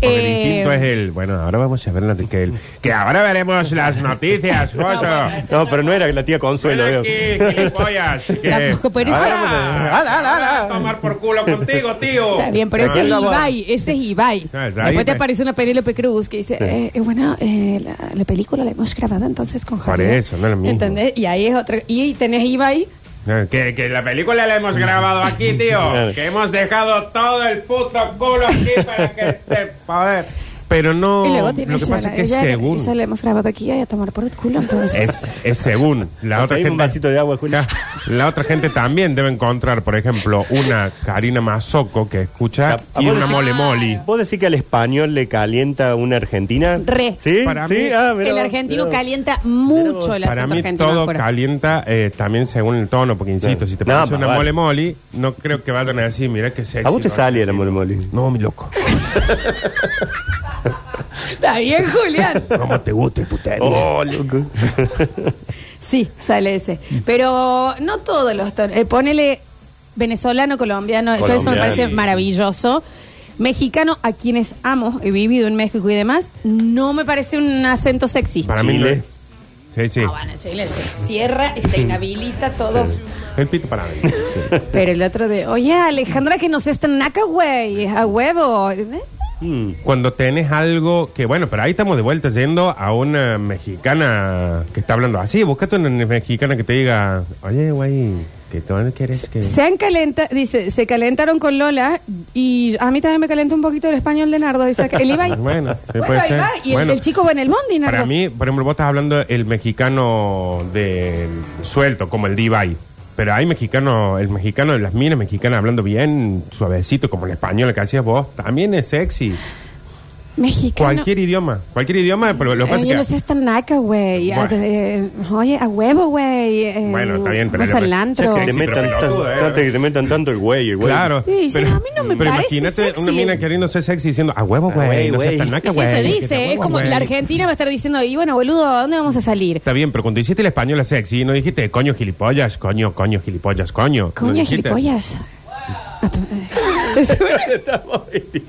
Speaker 1: Eh,
Speaker 2: el instinto es el. Bueno, ahora vamos a ver la- que, el- que ahora veremos las noticias, Goyo.
Speaker 3: No, pero no era la tía Consuelo.
Speaker 2: Ven
Speaker 3: veo.
Speaker 2: aquí, gilipollas, que-
Speaker 1: Tampoco, pero eso-
Speaker 2: Ahora, ahora, ahora, a tomar por culo contigo, tío.
Speaker 1: Está bien, pero ese es
Speaker 2: Ah,
Speaker 1: Ibai, ese es Ibai.
Speaker 2: Ah, ahí
Speaker 1: Después te
Speaker 2: está.
Speaker 1: aparece una Penélope Cruz que dice, eh, eh, bueno, eh, la, la película la hemos grabado entonces con
Speaker 2: Por
Speaker 1: Javier.
Speaker 2: eso, no es lo mismo.
Speaker 1: ¿Entendés? Y ahí es otra, y tenés Ibai,
Speaker 2: eh, Que, que la película la hemos grabado aquí, tío.
Speaker 3: Claro.
Speaker 2: Que hemos dejado todo el puto culo aquí para que este poder. Pero no.
Speaker 1: y luego
Speaker 2: Lo
Speaker 1: tenés
Speaker 2: que pasa es que es
Speaker 1: ella,
Speaker 2: según.
Speaker 1: esa la hemos grabado aquí, ahí a tomar por el culo, entonces.
Speaker 2: Es, es según. La otra,
Speaker 3: Conseguime
Speaker 2: gente,
Speaker 3: un vasito de agua, Julio.
Speaker 2: La, la otra gente también debe encontrar, por ejemplo, una Karina Mazoco que escucha
Speaker 3: Ah,
Speaker 2: y
Speaker 3: vos
Speaker 2: una
Speaker 3: decís-
Speaker 2: mole moli.
Speaker 3: ¿Vos decís que al español le calienta una argentina?
Speaker 1: Re.
Speaker 3: ¿Sí?
Speaker 2: Para
Speaker 3: ¿Sí?
Speaker 2: mí-
Speaker 3: Ah, mirá
Speaker 1: el
Speaker 3: vos,
Speaker 1: argentino
Speaker 3: mirá vos.
Speaker 1: calienta mucho el
Speaker 2: Para
Speaker 1: acento
Speaker 2: mí
Speaker 1: argentino
Speaker 2: todo
Speaker 1: afuera.
Speaker 2: calienta eh, también según el tono, porque insisto,
Speaker 3: Claro.
Speaker 2: si te
Speaker 3: No,
Speaker 2: pones
Speaker 3: más
Speaker 2: una
Speaker 3: vale.
Speaker 2: mole moli, no creo que vayan a decir, mira que sexy.
Speaker 3: ¿A vos te
Speaker 2: ¿no?
Speaker 3: sale el mole moli?
Speaker 2: No, mi loco.
Speaker 1: Está bien, Julián.
Speaker 2: ¿Cómo te gusta el puterío?
Speaker 3: Oh, loco.
Speaker 1: Sí, sale ese.
Speaker 2: Mm.
Speaker 1: Pero no todos los tonos. Eh, ponele venezolano, colombiano, eso, eso me
Speaker 3: Colombiano.
Speaker 1: parece maravilloso. Mexicano, a quienes amo, he vivido en México y demás, no me parece un acento sexy.
Speaker 2: Para
Speaker 3: Chile.
Speaker 2: mí no. Sí, sí.
Speaker 1: Ah, bueno, Chile se cierra y se inhabilita todo.
Speaker 2: El pito para mí.
Speaker 1: Pero el otro de, oye, Alejandra, que no seas tan naca, güey, a huevo. ¿Eh?
Speaker 3: Mm.
Speaker 2: Cuando tenés algo que, bueno, pero ahí estamos de vuelta yendo a una mexicana que está hablando así. Búscate una mexicana que te diga, oye, güey, que tú no quieres que.
Speaker 1: Se han calenta, dice, se calentaron con Lola y a mí también me calentó un poquito el español de Nardo, dice, el Ibai.
Speaker 2: Bueno, sí,
Speaker 1: Bueno,
Speaker 2: puede
Speaker 1: ahí
Speaker 2: ser.
Speaker 1: va, y el-
Speaker 2: Bueno.
Speaker 1: el, chico va en el Mondi, Nardo.
Speaker 2: Para mí, por ejemplo, vos estás hablando el mexicano de suelto, como el D-Bay. Pero hay mexicano, el mexicano de las minas mexicanas hablando bien, suavecito, como el español que hacías vos, también es sexy.
Speaker 1: Mexicano.
Speaker 2: Cualquier idioma, cualquier idioma, pero lo que pasa
Speaker 1: Oye, no
Speaker 2: es que...
Speaker 1: seas tan naca, güey.
Speaker 2: Bueno.
Speaker 1: Eh, Oye, a huevo, güey. Eh,
Speaker 2: Bueno, está bien, pero-
Speaker 1: Vas al antro.
Speaker 3: Que te
Speaker 2: Sí, pero
Speaker 3: metan tan-
Speaker 2: pelotuda, eh.
Speaker 3: tanto que te metan tanto el güey, el güey.
Speaker 2: Claro.
Speaker 1: Sí, sí, a mí no me
Speaker 2: pero
Speaker 1: parece
Speaker 2: imagínate
Speaker 1: sexy.
Speaker 2: una mina queriéndose sexy diciendo, a huevo, güey,
Speaker 3: güey,
Speaker 2: no seas
Speaker 3: güey".
Speaker 2: tan naca,
Speaker 1: Así
Speaker 2: güey.
Speaker 1: se
Speaker 2: que te
Speaker 1: dice, es
Speaker 2: huevo,
Speaker 1: como
Speaker 2: güey".
Speaker 1: la Argentina va a estar diciendo, y bueno, boludo, ¿a dónde vamos a salir?
Speaker 2: Está bien, pero cuando hiciste el español sexy, no dijiste, coño, gilipollas, coño, coño, gilipollas, coño. No
Speaker 1: Coño,
Speaker 2: dijiste-
Speaker 1: gilipollas. A tu- eh,
Speaker 3: Estamos ahí.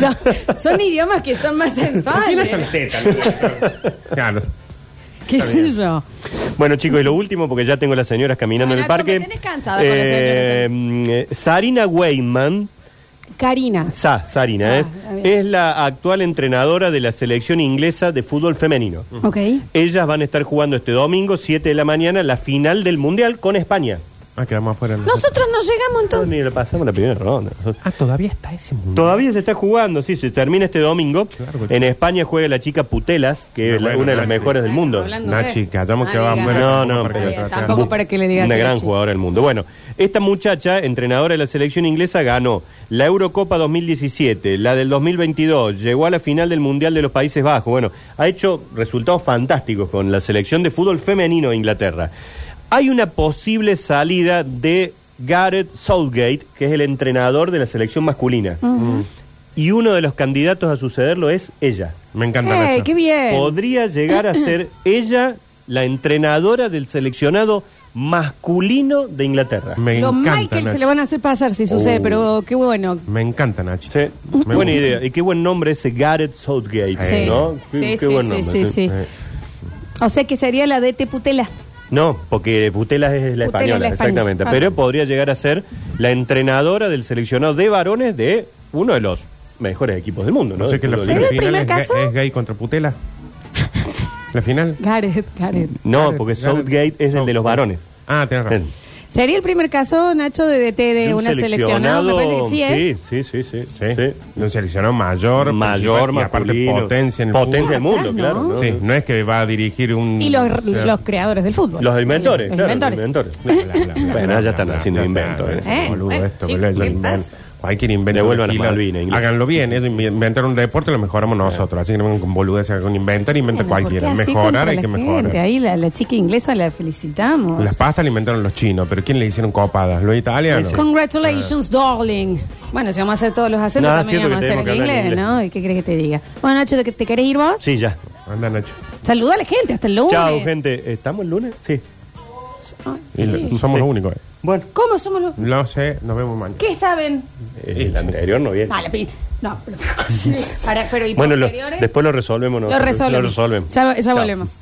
Speaker 1: son, son idiomas que son más
Speaker 2: ¿Quiénes son
Speaker 1: sensuales.
Speaker 2: tetas? claro.
Speaker 1: ¿Qué sé yo?
Speaker 3: Bueno, chicos, y lo último, porque ya tengo a las señoras caminando
Speaker 1: Ay,
Speaker 3: en el
Speaker 1: Nacho,
Speaker 3: parque.
Speaker 1: me Ah, tenés cansada con las señoras.
Speaker 3: mm, eh, Sarina Weyman,
Speaker 1: Karina.
Speaker 3: Sa, Sarina,
Speaker 1: Ah,
Speaker 3: es,
Speaker 1: está bien.
Speaker 3: es la actual entrenadora de la selección inglesa de fútbol femenino.
Speaker 1: Ok.
Speaker 3: Ellas van a estar jugando este domingo, 7 de la mañana, la final del Mundial con España.
Speaker 2: Ah, quedamos afuera.
Speaker 1: Nosotros no llegamos
Speaker 3: No,
Speaker 1: entonces.
Speaker 3: ni la pasamos la primera ronda.
Speaker 2: Ah, todavía está ese mundo.
Speaker 3: Todavía se está jugando, sí, se termina este domingo.
Speaker 2: Claro,
Speaker 3: en España juega la chica Putelas, que
Speaker 2: No,
Speaker 3: es la-
Speaker 2: bueno,
Speaker 3: una de las
Speaker 2: sí.
Speaker 3: mejores del mundo.
Speaker 1: Hablando de-
Speaker 2: Nachi, callamos que
Speaker 1: Ah,
Speaker 2: va a
Speaker 1: diga.
Speaker 2: morir.
Speaker 3: No, no,
Speaker 2: Para que
Speaker 3: pero-
Speaker 2: atrás.
Speaker 1: Tampoco para que le digas
Speaker 3: Una
Speaker 1: así,
Speaker 3: gran
Speaker 1: Nachi.
Speaker 3: jugadora del mundo. Bueno, esta muchacha, entrenadora de la selección inglesa, ganó la Eurocopa 2017, la del 2022, llegó a la final del Mundial de los Países Bajos. Bueno, ha hecho resultados fantásticos con la selección de fútbol femenino de Inglaterra. Hay una posible salida de Gareth Southgate, que es el entrenador de la selección masculina. Y uno de los candidatos a sucederlo es ella.
Speaker 2: Me encanta
Speaker 1: ¡Ey,
Speaker 2: Nacho.
Speaker 1: Eh, qué bien!
Speaker 3: Podría llegar a ser ella la entrenadora del seleccionado masculino de Inglaterra.
Speaker 2: Me
Speaker 1: Los
Speaker 2: encanta,
Speaker 1: Michael se le
Speaker 2: Nachi.
Speaker 1: van a hacer pasar si sucede,
Speaker 3: Oh.
Speaker 1: pero qué bueno.
Speaker 2: Me encanta, Nachi.
Speaker 3: Sí,
Speaker 2: Me gusta.
Speaker 3: buena idea. Y qué buen nombre ese Gareth Southgate,
Speaker 1: Sí,
Speaker 3: ¿no?
Speaker 1: sí,
Speaker 3: Qué- qué
Speaker 1: sí,
Speaker 3: buen
Speaker 1: sí,
Speaker 3: nombre,
Speaker 1: sí, sí.
Speaker 2: Eh,
Speaker 1: O sea que sería la de Teputela.
Speaker 3: No, porque Putelas es la
Speaker 1: Putelas
Speaker 3: española,
Speaker 1: es la española.
Speaker 3: exactamente.
Speaker 1: Ah.
Speaker 3: Pero podría llegar a ser la entrenadora del seleccionado de varones de uno de los mejores equipos del mundo, ¿no?
Speaker 2: No sé
Speaker 3: Del
Speaker 2: que la
Speaker 3: fútbol
Speaker 2: final,
Speaker 1: ¿Sería el
Speaker 3: inglés.
Speaker 1: primer
Speaker 2: es, ga-
Speaker 1: caso?
Speaker 2: es gay contra putela. ¿La final?
Speaker 1: Gareth, Gareth.
Speaker 3: No,
Speaker 2: Gareth-
Speaker 3: porque
Speaker 2: Gareth-
Speaker 3: Southgate es el de los varones.
Speaker 2: Ah, tenés razón.
Speaker 1: ¿Sería el primer caso, Nacho, de DT de,
Speaker 3: un
Speaker 1: una seleccionada? Me parece que sí, ¿eh?
Speaker 3: Sí, sí, sí, sí.
Speaker 2: Sí.
Speaker 3: sí.
Speaker 2: Un seleccionado mayor,
Speaker 3: Mayor,
Speaker 2: principal, y aparte
Speaker 3: masculino.
Speaker 2: potencia en el
Speaker 3: Potencia del mundo,
Speaker 1: Atrás,
Speaker 3: claro.
Speaker 1: ¿no?
Speaker 2: fútbol. Sí, no es que va a dirigir un.
Speaker 1: Y los, los creadores del fútbol.
Speaker 3: Los inventores,
Speaker 1: Los
Speaker 3: claro,
Speaker 1: inventores.
Speaker 3: los inventores.
Speaker 2: Bueno,
Speaker 3: Bueno, ya están haciendo inventos, ¿eh?
Speaker 1: Eh, bueno, sí, ¿qué pasa?
Speaker 2: Cualquier invento.
Speaker 3: Devuelvan
Speaker 2: de
Speaker 3: a
Speaker 2: gila,
Speaker 3: Malvinas, inglés.
Speaker 2: Háganlo bien. eh, Inventar un deporte lo mejoramos nosotros. Así que no vengan con boludeces hagan un inventor, inventa
Speaker 1: Bueno,
Speaker 2: cualquiera.
Speaker 1: porque así
Speaker 2: Mejorar
Speaker 1: contra
Speaker 2: hay
Speaker 1: la
Speaker 2: que
Speaker 1: gente.
Speaker 2: mejorar.
Speaker 1: Ahí la, la chica inglesa la felicitamos.
Speaker 2: Las pastas la inventaron los chinos, pero ¿quién le hicieron copadas? ¿Los italianos?
Speaker 1: Congratulations, darling. Bueno, si vamos a hacer todos los acentos,
Speaker 3: No, es
Speaker 1: también
Speaker 3: cierto
Speaker 1: vamos a
Speaker 3: Ah. que
Speaker 1: hacer
Speaker 3: tenemos
Speaker 1: el
Speaker 3: que hablar
Speaker 1: inglés,
Speaker 3: en inglés.
Speaker 1: ¿no? ¿Y qué crees que te diga? Bueno, Nacho, ¿te, te querés ir vos?
Speaker 3: Sí, ya.
Speaker 2: Anda, Nacho.
Speaker 1: Saluda a la gente, hasta el lunes.
Speaker 3: Chao, gente. ¿Estamos el lunes? Sí.
Speaker 1: Ay,
Speaker 2: Y lo-
Speaker 1: sí.
Speaker 2: Somos
Speaker 3: Sí.
Speaker 2: los únicos. eh.
Speaker 3: Bueno,
Speaker 1: ¿Cómo somos los...?
Speaker 2: Lo sé, nos vemos mañana.
Speaker 1: ¿Qué saben?
Speaker 3: el anterior no viene.
Speaker 1: No, la pi- No, pero... sí, para- pero ¿y
Speaker 3: Bueno, lo-
Speaker 1: posteriores?
Speaker 3: después lo resolvemos. ¿no?
Speaker 1: Lo resolvemos.
Speaker 3: Lo resolvemos.
Speaker 1: Ya, ya
Speaker 3: Chao.
Speaker 1: volvemos.